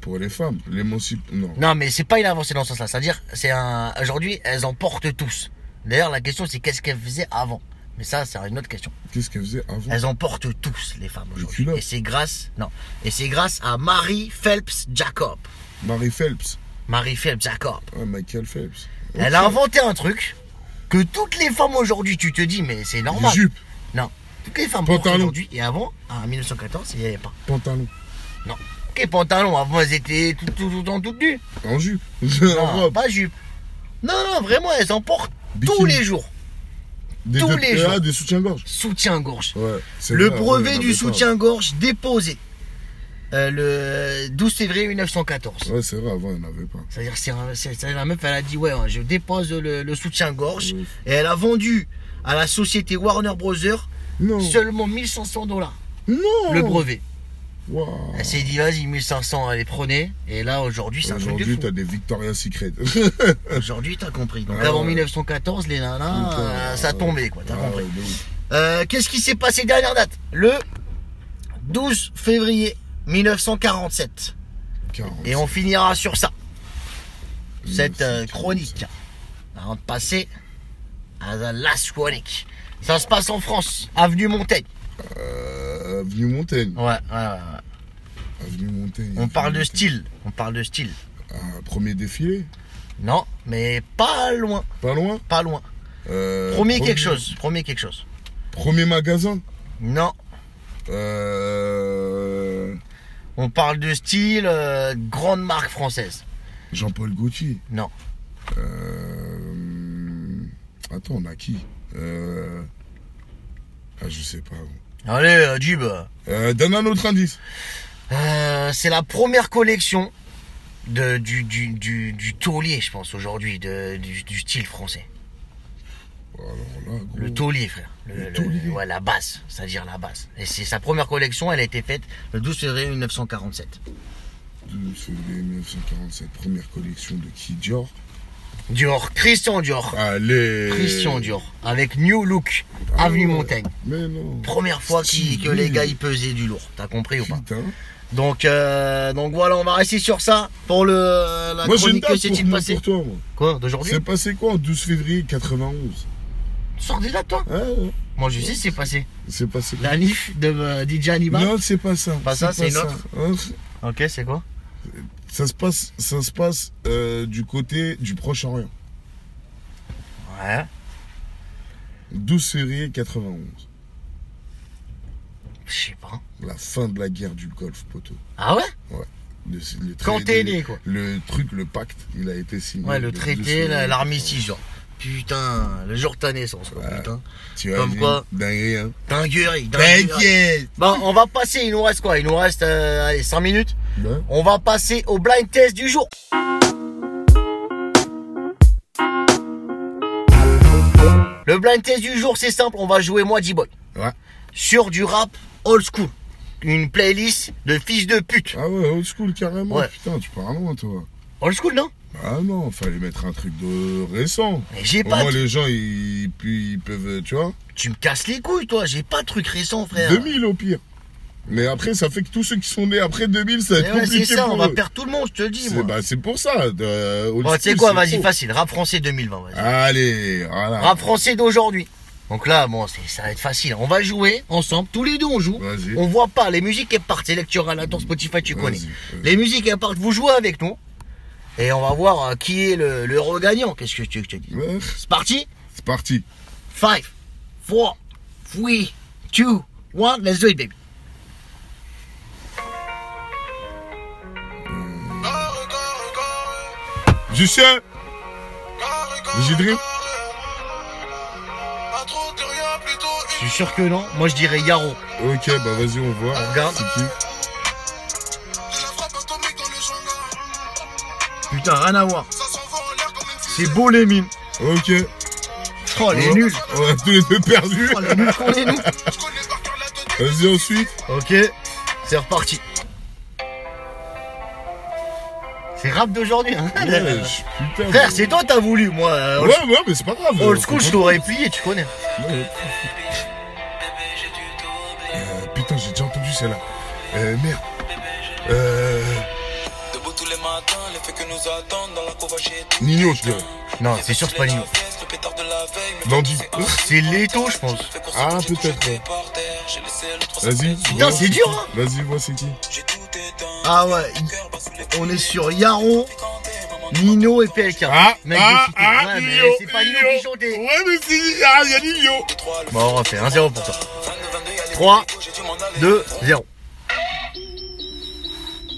Speaker 2: Pour les femmes, l'émancipation. Non.
Speaker 1: Non, mais c'est pas une avancée dans ce sens-là. C'est-à-dire, c'est un aujourd'hui elles en portent tous. D'ailleurs, la question c'est qu'est-ce qu'elles faisaient avant. Mais ça, c'est une autre question.
Speaker 2: Qu'est-ce qu'elle faisait avant
Speaker 1: Elles en portent tous les femmes aujourd'hui.
Speaker 2: culottes.
Speaker 1: Et c'est grâce non. Et c'est grâce à Marie Phelps Jacob.
Speaker 2: Marie Phelps.
Speaker 1: Marie Phelps Jacob.
Speaker 2: Ah, Michael Phelps.
Speaker 1: Elle a inventé un truc que toutes les femmes aujourd'hui, tu te dis, mais c'est normal.
Speaker 2: Les jupes,
Speaker 1: Non. Toutes les femmes
Speaker 2: Pantalon.
Speaker 1: portent aujourd'hui et avant, ah, en 1914, il n'y avait pas.
Speaker 2: pantalon.
Speaker 1: Non. Les pantalons, avant, elles étaient tout, tout, tout, tout, toutes nues.
Speaker 2: En jupe.
Speaker 1: Non,
Speaker 2: en robe.
Speaker 1: pas jupe. Non, non, vraiment, elles en portent
Speaker 2: Bikini.
Speaker 1: tous les jours.
Speaker 2: Des
Speaker 1: tous
Speaker 2: deux-
Speaker 1: les
Speaker 2: ah,
Speaker 1: jours.
Speaker 2: des soutiens-gorge.
Speaker 1: Soutien-gorge.
Speaker 2: Ouais, c'est
Speaker 1: Le
Speaker 2: vrai,
Speaker 1: brevet
Speaker 2: ouais,
Speaker 1: du
Speaker 2: d'accord.
Speaker 1: soutien-gorge déposé euh, le 12 février 1914.
Speaker 2: Ouais, c'est vrai, avant, il n'y en avait pas.
Speaker 1: C'est-à-dire, c'est un- c'est- c'est la meuf, elle a dit Ouais, hein, je dépose le, le soutien-gorge.
Speaker 2: Oui.
Speaker 1: Et elle a vendu à la société Warner Brothers
Speaker 2: Non.
Speaker 1: seulement 1500 dollars
Speaker 2: Non.
Speaker 1: le brevet.
Speaker 2: Waouh.
Speaker 1: Elle s'est dit Vas-y, 1500, elle les prenait. Et là, aujourd'hui, c'est un truc de
Speaker 2: Aujourd'hui,
Speaker 1: fou.
Speaker 2: t'as des Victoria's Secret.
Speaker 1: Aujourd'hui, t'as compris. Donc,
Speaker 2: Ah
Speaker 1: avant
Speaker 2: ouais.
Speaker 1: 1914, les nanas,
Speaker 2: Putain,
Speaker 1: euh, ça
Speaker 2: ouais.
Speaker 1: tombait, quoi. T'as
Speaker 2: Ah,
Speaker 1: compris.
Speaker 2: de ouf.
Speaker 1: Euh, Qu'est-ce qui s'est passé dernière date Le 12 février 1947.
Speaker 2: Quarante.
Speaker 1: Et on finira sur ça, cette euh,
Speaker 2: 1947.
Speaker 1: chronique. Avant de passer à la last chronique. Ça se passe en France, avenue Montaigne.
Speaker 2: Euh, Avenue Montaigne.
Speaker 1: Ouais, ouais, ouais, ouais.
Speaker 2: Avenue Montaigne.
Speaker 1: On
Speaker 2: Avenue
Speaker 1: parle de
Speaker 2: Montaigne.
Speaker 1: style, on parle de style.
Speaker 2: Ah, premier défilé.
Speaker 1: Non, mais pas loin,
Speaker 2: Pas loin.
Speaker 1: pas loin.
Speaker 2: Euh,
Speaker 1: Promis quelque chose, promis quelque chose.
Speaker 2: Premier magasin.
Speaker 1: Non,
Speaker 2: Euh,
Speaker 1: on parle de style, euh, grande marque française.
Speaker 2: Jean-Paul Gaultier.
Speaker 1: Non,
Speaker 2: Euh, Attends, on a qui euh... Ah, je sais pas.
Speaker 1: allez, euh, Jib.
Speaker 2: Euh, donne un autre indice.
Speaker 1: Euh, c'est la première collection de, du, du, du, du taulier, je pense, aujourd'hui, de- du, du style français.
Speaker 2: Alors Oh là, gros.
Speaker 1: Le taulier, frère. Le,
Speaker 2: Mm. Le
Speaker 1: le-
Speaker 2: taulier.
Speaker 1: ouais, la base, c'est-à-dire la base. Et c'est sa première collection, elle a été faite le 12 février 1947.
Speaker 2: 12 février 1947, première collection de qui Dior
Speaker 1: Dior, Christian Dior.
Speaker 2: Ah, Allez
Speaker 1: Christian Dior, avec New Look,
Speaker 2: euh, Ah
Speaker 1: Avenue
Speaker 2: ouais.
Speaker 1: Montaigne.
Speaker 2: Mais non
Speaker 1: Première fois qui- que
Speaker 2: Stylé.
Speaker 1: les gars hein. y pesaient du lourd, t'as compris ou pas
Speaker 2: Putain
Speaker 1: Donc, euh, donc voilà, on va rester sur ça pour le euh, la
Speaker 2: Moi j'ai une
Speaker 1: chronique que
Speaker 2: date pour,
Speaker 1: s'est-il
Speaker 2: moi,
Speaker 1: passé
Speaker 2: pour toi moi.
Speaker 1: Quoi, d'aujourd'hui
Speaker 2: C'est passé quoi en 12 février 91
Speaker 1: Sors des dates, toi
Speaker 2: Ah, ouais.
Speaker 1: Moi je sais c'est passé.
Speaker 2: C'est passé quoi
Speaker 1: La nif de euh, DJ Anima.
Speaker 2: Non c'est pas ça
Speaker 1: Pas ça, c'est une
Speaker 2: ça.
Speaker 1: autre
Speaker 2: Hein, c'est-
Speaker 1: Ok, c'est quoi
Speaker 2: Ça se passe, ça se passe euh, du côté du Proche-Orient
Speaker 1: Ouais.
Speaker 2: 12 février 91
Speaker 1: Je sais pas.
Speaker 2: La fin de la guerre du Golfe poteau
Speaker 1: Ah ouais
Speaker 2: le, le
Speaker 1: Quand t'es
Speaker 2: traité-
Speaker 1: né, quoi.
Speaker 2: Le truc, le pacte, il a été signé
Speaker 1: Ouais, le
Speaker 2: 12
Speaker 1: traité,
Speaker 2: février
Speaker 1: la- l'armistice, genre. Putain, le jour de ta naissance, quoi, putain.
Speaker 2: Tu
Speaker 1: Comme
Speaker 2: imagines
Speaker 1: quoi.
Speaker 2: Dinguerie, hein
Speaker 1: Dinguerie, dinguerie.
Speaker 2: T'inquiète
Speaker 1: Bon, on va passer, il nous reste quoi Il nous reste, euh, allez, 5 minutes.
Speaker 2: Ouais.
Speaker 1: On va passer au blind test du jour. Le blind test du jour, c'est simple, on va jouer moi D-Boy.
Speaker 2: Ouais.
Speaker 1: Sur du rap old school. Une playlist de fils de pute.
Speaker 2: Ah ouais, old school carrément.
Speaker 1: Ouais.
Speaker 2: Putain, tu parles loin toi.
Speaker 1: Old school, non
Speaker 2: Ah non, fallait mettre un truc de récent.
Speaker 1: Mais J'ai
Speaker 2: Au
Speaker 1: pas.
Speaker 2: moins
Speaker 1: de-
Speaker 2: les gens ils, puis, ils peuvent, tu vois,
Speaker 1: Tu me casses les couilles, toi. J'ai pas de truc récent, frère.
Speaker 2: 2000 au pire. Mais après, ça fait que tous ceux qui sont nés après 2000, ça va
Speaker 1: Eh
Speaker 2: être
Speaker 1: ouais,
Speaker 2: compliqué
Speaker 1: c'est ça,
Speaker 2: pour
Speaker 1: on va
Speaker 2: eux.
Speaker 1: perdre tout le monde, je te le dis,
Speaker 2: C'est
Speaker 1: moi.
Speaker 2: bah, c'est pour ça. euh, old
Speaker 1: Bon, tu sais
Speaker 2: school,
Speaker 1: quoi,
Speaker 2: c'est
Speaker 1: vas-y,
Speaker 2: trop. Ah.
Speaker 1: facile. Rap français 2020, vas-y.
Speaker 2: Allez, voilà.
Speaker 1: Rap français d'aujourd'hui. Donc là, bon, c'est- ça va être facile. On va jouer ensemble. Tous les deux, on joue.
Speaker 2: Vas-y.
Speaker 1: On voit pas. Les musiques, elles partent. C'est lectural, attends, Spotify, tu
Speaker 2: Vas-y,
Speaker 1: connais.
Speaker 2: vas-y.
Speaker 1: Les musiques, elles partent. Vous jouez avec nous. Et on va voir euh, qui est le, le regagnant. Qu'est-ce que tu veux que je te dis
Speaker 2: Ouais,
Speaker 1: C'est parti
Speaker 2: C'est parti.
Speaker 1: 5, 4, 3, 2, 1, let's do it, baby.
Speaker 2: Lucien, Gidry
Speaker 1: Je suis sûr que non. Moi, je dirais Yaro.
Speaker 2: Ok, bah vas-y, on voit.
Speaker 1: On regarde.
Speaker 2: C'est qui
Speaker 1: Putain, rien à voir. C'est beau, les mimes.
Speaker 2: Ok.
Speaker 1: Oh, les
Speaker 2: Ouais.
Speaker 1: nuls.
Speaker 2: On a tous les deux perdus.
Speaker 1: Oh, les nuls qu'on est, nous.
Speaker 2: Vas-y, ensuite.
Speaker 1: Ok, c'est reparti. C'est rap d'aujourd'hui, hein
Speaker 2: Ouais, je- putain.
Speaker 1: Frère, c'est toi t'as voulu, moi. euh,
Speaker 2: Ouais, ouais, mais c'est pas grave.
Speaker 1: Old
Speaker 2: on
Speaker 1: school, je
Speaker 2: comprend.
Speaker 1: t'aurais plié, tu connais.
Speaker 2: Ouais. Euh, putain, j'ai déjà entendu celle-là. Euh, merde. Euh,
Speaker 3: Debout tous les matins, les faits que nous attendent dans la cour chez
Speaker 2: Nino, je dirais.
Speaker 1: Non, c'est sûr, c'est pas Nino.
Speaker 3: Le pétard de la veille, mais
Speaker 2: Dandy.
Speaker 1: C'est Leto, je pense.
Speaker 3: fait course
Speaker 2: Ah,
Speaker 3: que j'ai
Speaker 2: peut-être,
Speaker 3: touché
Speaker 2: ouais.
Speaker 3: par terre, j'ai laissé le 300
Speaker 2: Vas-y.
Speaker 1: Putain,
Speaker 2: vois.
Speaker 1: c'est dur, hein
Speaker 2: Vas-y, vois c'est qui.
Speaker 3: J'ai tout éteint.
Speaker 1: Ah ouais,
Speaker 3: Mon cœur bat sous les
Speaker 1: on est
Speaker 3: pieds.
Speaker 1: sur Yaro,
Speaker 3: Fréquenté, maman,
Speaker 1: Nino et PLK.
Speaker 2: Ah,
Speaker 1: Mec
Speaker 2: ah,
Speaker 1: déchiqueté.
Speaker 2: ah,
Speaker 1: Ouais, mais
Speaker 2: Nino,
Speaker 1: c'est pas Nino qui chantait.
Speaker 2: Ouais, mais si, ah, il y a Nino.
Speaker 3: de trois, le
Speaker 1: Bon, on refait 1-0 pour toi.
Speaker 3: 22, 22, y a les
Speaker 1: 3,
Speaker 3: frigos, j'ai dû m'en aller.
Speaker 1: 2, 0.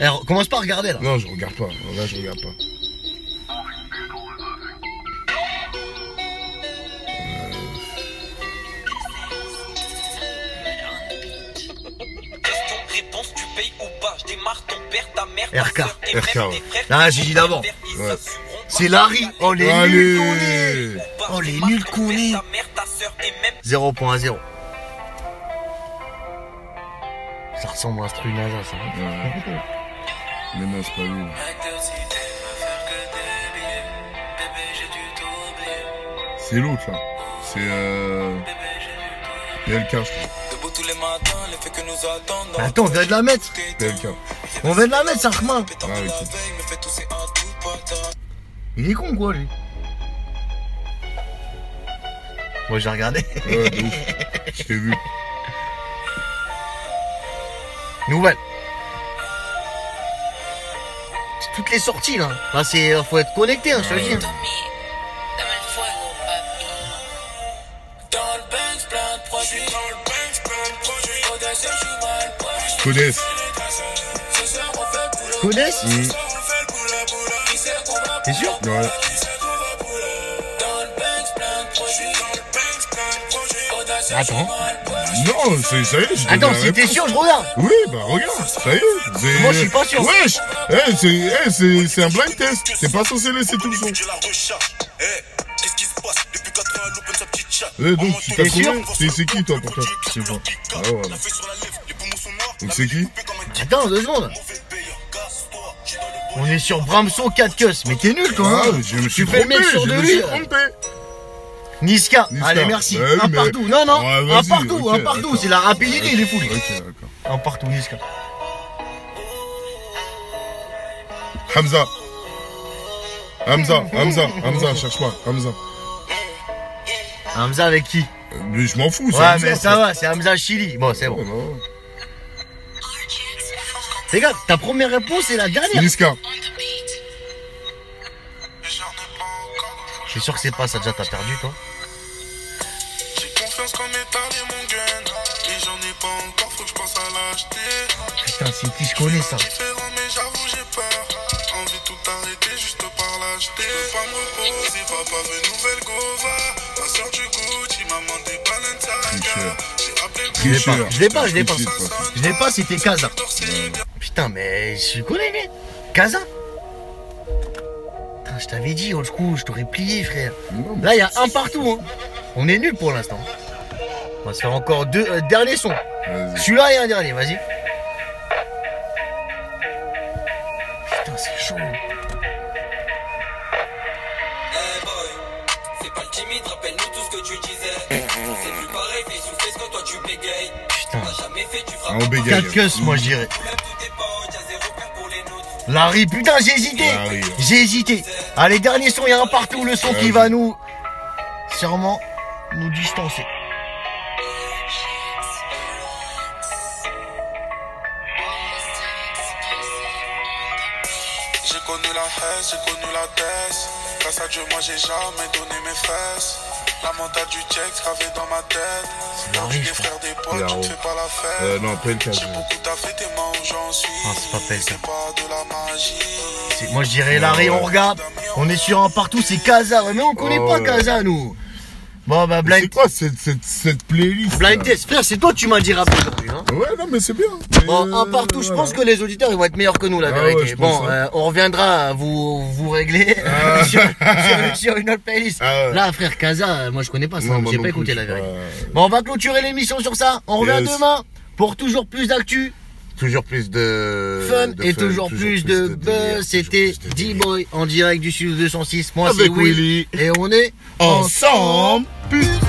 Speaker 1: Alors, commence pas à regarder là.
Speaker 2: Non, je regarde pas. Là, je regarde pas.
Speaker 1: RK.
Speaker 2: RK, ouais.
Speaker 1: Ah, j'ai dit d'avant.
Speaker 2: Ouais.
Speaker 1: C'est Larry. Oh, les nuls qu'on est.
Speaker 2: Allez
Speaker 1: Oh, les nuls qu'on est. 0.0. Ça ressemble à un truc hein. NASA, ça.
Speaker 2: Ouais. Mais non, c'est pas lui. là. C'est l'autre, là. C'est euh... PLK, je crois.
Speaker 1: Bah, Attends, on vient de la mettre.
Speaker 2: PLK.
Speaker 1: On vient de la mettre, Sarkman.
Speaker 2: Ah, ok.
Speaker 1: Il est con, quoi, lui. Moi, j'ai regardé.
Speaker 2: Ouais, de ouf. Je t'ai vu.
Speaker 1: Nouvelle. C'est toutes les sorties, là. Là, c'est, faut être connecté, hein, je te le dis.
Speaker 2: Je connais.
Speaker 1: Connaissent
Speaker 2: Mm.
Speaker 1: T'es sûr
Speaker 2: Ouais.
Speaker 1: Attends.
Speaker 2: Non, c'est ça y est, je donne
Speaker 1: Attends,
Speaker 2: la
Speaker 1: si t'es
Speaker 2: réponse.
Speaker 1: sûr, je regarde.
Speaker 2: Oui, bah regarde, ça y est. c'est-
Speaker 1: Moi, je suis pas sûr.
Speaker 2: Wesh Eh, c'est eh, c'est- c'est un blind test. T'es pas censé laisser tout le son.
Speaker 4: Je la recharge. Eh, qu'est-ce qui se passe Depuis 4 ans, elle open sa petite chatte.
Speaker 2: Eh, donc, tu t'as
Speaker 1: T'es sûr
Speaker 2: trouvé C'est c'est qui, toi, pour toi Je sais pas. Ah, ouais, voilà.
Speaker 4: La feuille sur la lèvre, les poumons sont noirs.
Speaker 2: Donc, c'est qui
Speaker 1: Attends, deux secondes. On est sur Bramson 4 cuss. Mais t'es nul, toi.
Speaker 2: Ah,
Speaker 1: hein.
Speaker 2: je me suis
Speaker 1: Tu fais le
Speaker 2: trompé,
Speaker 1: mec sur
Speaker 2: je
Speaker 1: de
Speaker 2: me
Speaker 1: lui.
Speaker 2: suis trompé.
Speaker 1: Niska.
Speaker 2: Niska.
Speaker 1: Allez, merci.
Speaker 2: Bah oui,
Speaker 1: un
Speaker 2: mais-
Speaker 1: partout. Non, non.
Speaker 2: Ouais,
Speaker 1: un
Speaker 2: vas-y,
Speaker 1: partout,
Speaker 2: ok,
Speaker 1: un partout.
Speaker 2: d'accord.
Speaker 1: C'est la rapidité, il est fou. lui.
Speaker 2: Ok, d'accord.
Speaker 1: Un partout, Niska.
Speaker 2: Hamza. Hamza, Hamza, Hamza, cherche pas. Hamza.
Speaker 1: Hamza avec qui
Speaker 2: Euh, Mais je m'en fous, c'est
Speaker 1: Ouais,
Speaker 2: Hamza,
Speaker 1: mais ça
Speaker 2: frère.
Speaker 1: va, c'est Hamza Chili. Bon, c'est
Speaker 2: Ouais,
Speaker 1: bon.
Speaker 2: non.
Speaker 1: Les gars, ta première réponse est la dernière.
Speaker 2: Niska.
Speaker 1: Je suis sûr que c'est pas ça. Déjà, t'as perdu, toi.
Speaker 4: J'ai confiance qu'en épargne mon gun. Mais j'en ai pas encore, faut que je pense à l'acheter.
Speaker 1: Putain, c'est qui je connais, ça
Speaker 4: Différent, mais j'avoue, j'ai peur. Envie de tout arrêter juste par l'acheter. Je peux pas me reposer, papa veut nouvelle Gova. Ma soeur du Gucci, maman des Balenciaga. J'ai appelé le
Speaker 1: Je l'ai pas. Je l'ai pas, je l'ai pas.
Speaker 2: Tricheur, quoi.
Speaker 1: Je l'ai pas, c'était Kaza.
Speaker 4: Dorsey, bien
Speaker 1: Putain, mais je connais, lui. Kaza Putain, je t'avais dit, old school, je t'aurais plié, frère.
Speaker 2: Non, mais-
Speaker 1: Là, il y a un partout. Hein. On est nul pour l'instant. On va se faire encore deux. euh, dernier son.
Speaker 2: Vas-y.
Speaker 1: Celui-là et un dernier, vas-y. Putain, c'est chaud.
Speaker 3: Hey boy, c'est pas le timide, rappelle-nous tout ce que tu disais. C'est plus pareil, fais souffler quand toi tu bégayes.
Speaker 1: Putain.
Speaker 3: T'as jamais fait, tu
Speaker 2: Ah,
Speaker 3: frappes.
Speaker 2: on bégaye.
Speaker 1: 4 queues, moi, je dirais.
Speaker 3: Lève tous tes potes, y'a zéro père pour les nôtres.
Speaker 1: Larry, putain, j'ai hésité.
Speaker 2: Larry. hein.
Speaker 1: J'ai hésité. Allez, dernier son, il y a un partout. Le son qui
Speaker 2: Vas-y.
Speaker 1: va nous. Sûrement nous distancer.
Speaker 4: J'ai connu la haine, j'ai connu la thèse. Grâce à Dieu, moi j'ai jamais donné mes fesses. La mentale du check gravé dans ma tête. Quand tu
Speaker 1: Larry, je
Speaker 4: es frère des potes, tu
Speaker 2: Larry.
Speaker 4: te fais pas la fête.
Speaker 2: Euh, non, PLK.
Speaker 4: j'ai beaucoup taffé tes mains où j'en suis.
Speaker 1: Ah, c'est pas PLK.
Speaker 4: C'est pas de la magie.
Speaker 1: C'est- Moi, je dirais Larry, on regarde. On est sur un partout, c'est Kaza. Ouais, Mais on connaît
Speaker 2: Oh,
Speaker 1: pas
Speaker 2: ouais.
Speaker 1: Kaza, nous. Bon, bah,
Speaker 2: C'est
Speaker 1: blind,
Speaker 2: quoi cette, cette, cette playlist
Speaker 1: blind
Speaker 2: là
Speaker 1: test. Frère, c'est toi, tu m'as dit rapide. hein.
Speaker 2: Ouais, non, mais c'est bien.
Speaker 1: Bon,
Speaker 2: Mais,
Speaker 1: un partout, je
Speaker 2: voilà.
Speaker 1: pense que les auditeurs ils vont être meilleurs que nous, la
Speaker 2: Euh, Ah
Speaker 1: vérité.
Speaker 2: ouais, je pense,
Speaker 1: bon,
Speaker 2: hein.
Speaker 1: euh, on reviendra, à vous vous régler sur, sur- sur une autre playlist.
Speaker 2: Ah ouais.
Speaker 1: Là, frère Kaza, euh, moi je connais pas ça,
Speaker 2: Non, moi
Speaker 1: j'ai
Speaker 2: non
Speaker 1: pas
Speaker 2: plus,
Speaker 1: écouté
Speaker 2: je
Speaker 1: la
Speaker 2: sais
Speaker 1: vérité.
Speaker 2: pas.
Speaker 1: Bon, on va clôturer l'émission sur ça. On revient
Speaker 2: Yes.
Speaker 1: demain pour toujours plus d'actu,
Speaker 2: Toujours plus de.
Speaker 1: fun
Speaker 2: Euh, de
Speaker 1: et toujours, plus, de,
Speaker 2: délire,
Speaker 1: buzz.
Speaker 2: toujours
Speaker 1: C'était
Speaker 2: plus de délire.
Speaker 1: D-Boy en direct du Sud 206. Moi c'est
Speaker 2: Avec
Speaker 1: Will.
Speaker 2: Willy.
Speaker 1: Et on est
Speaker 2: Ensemble. Putain.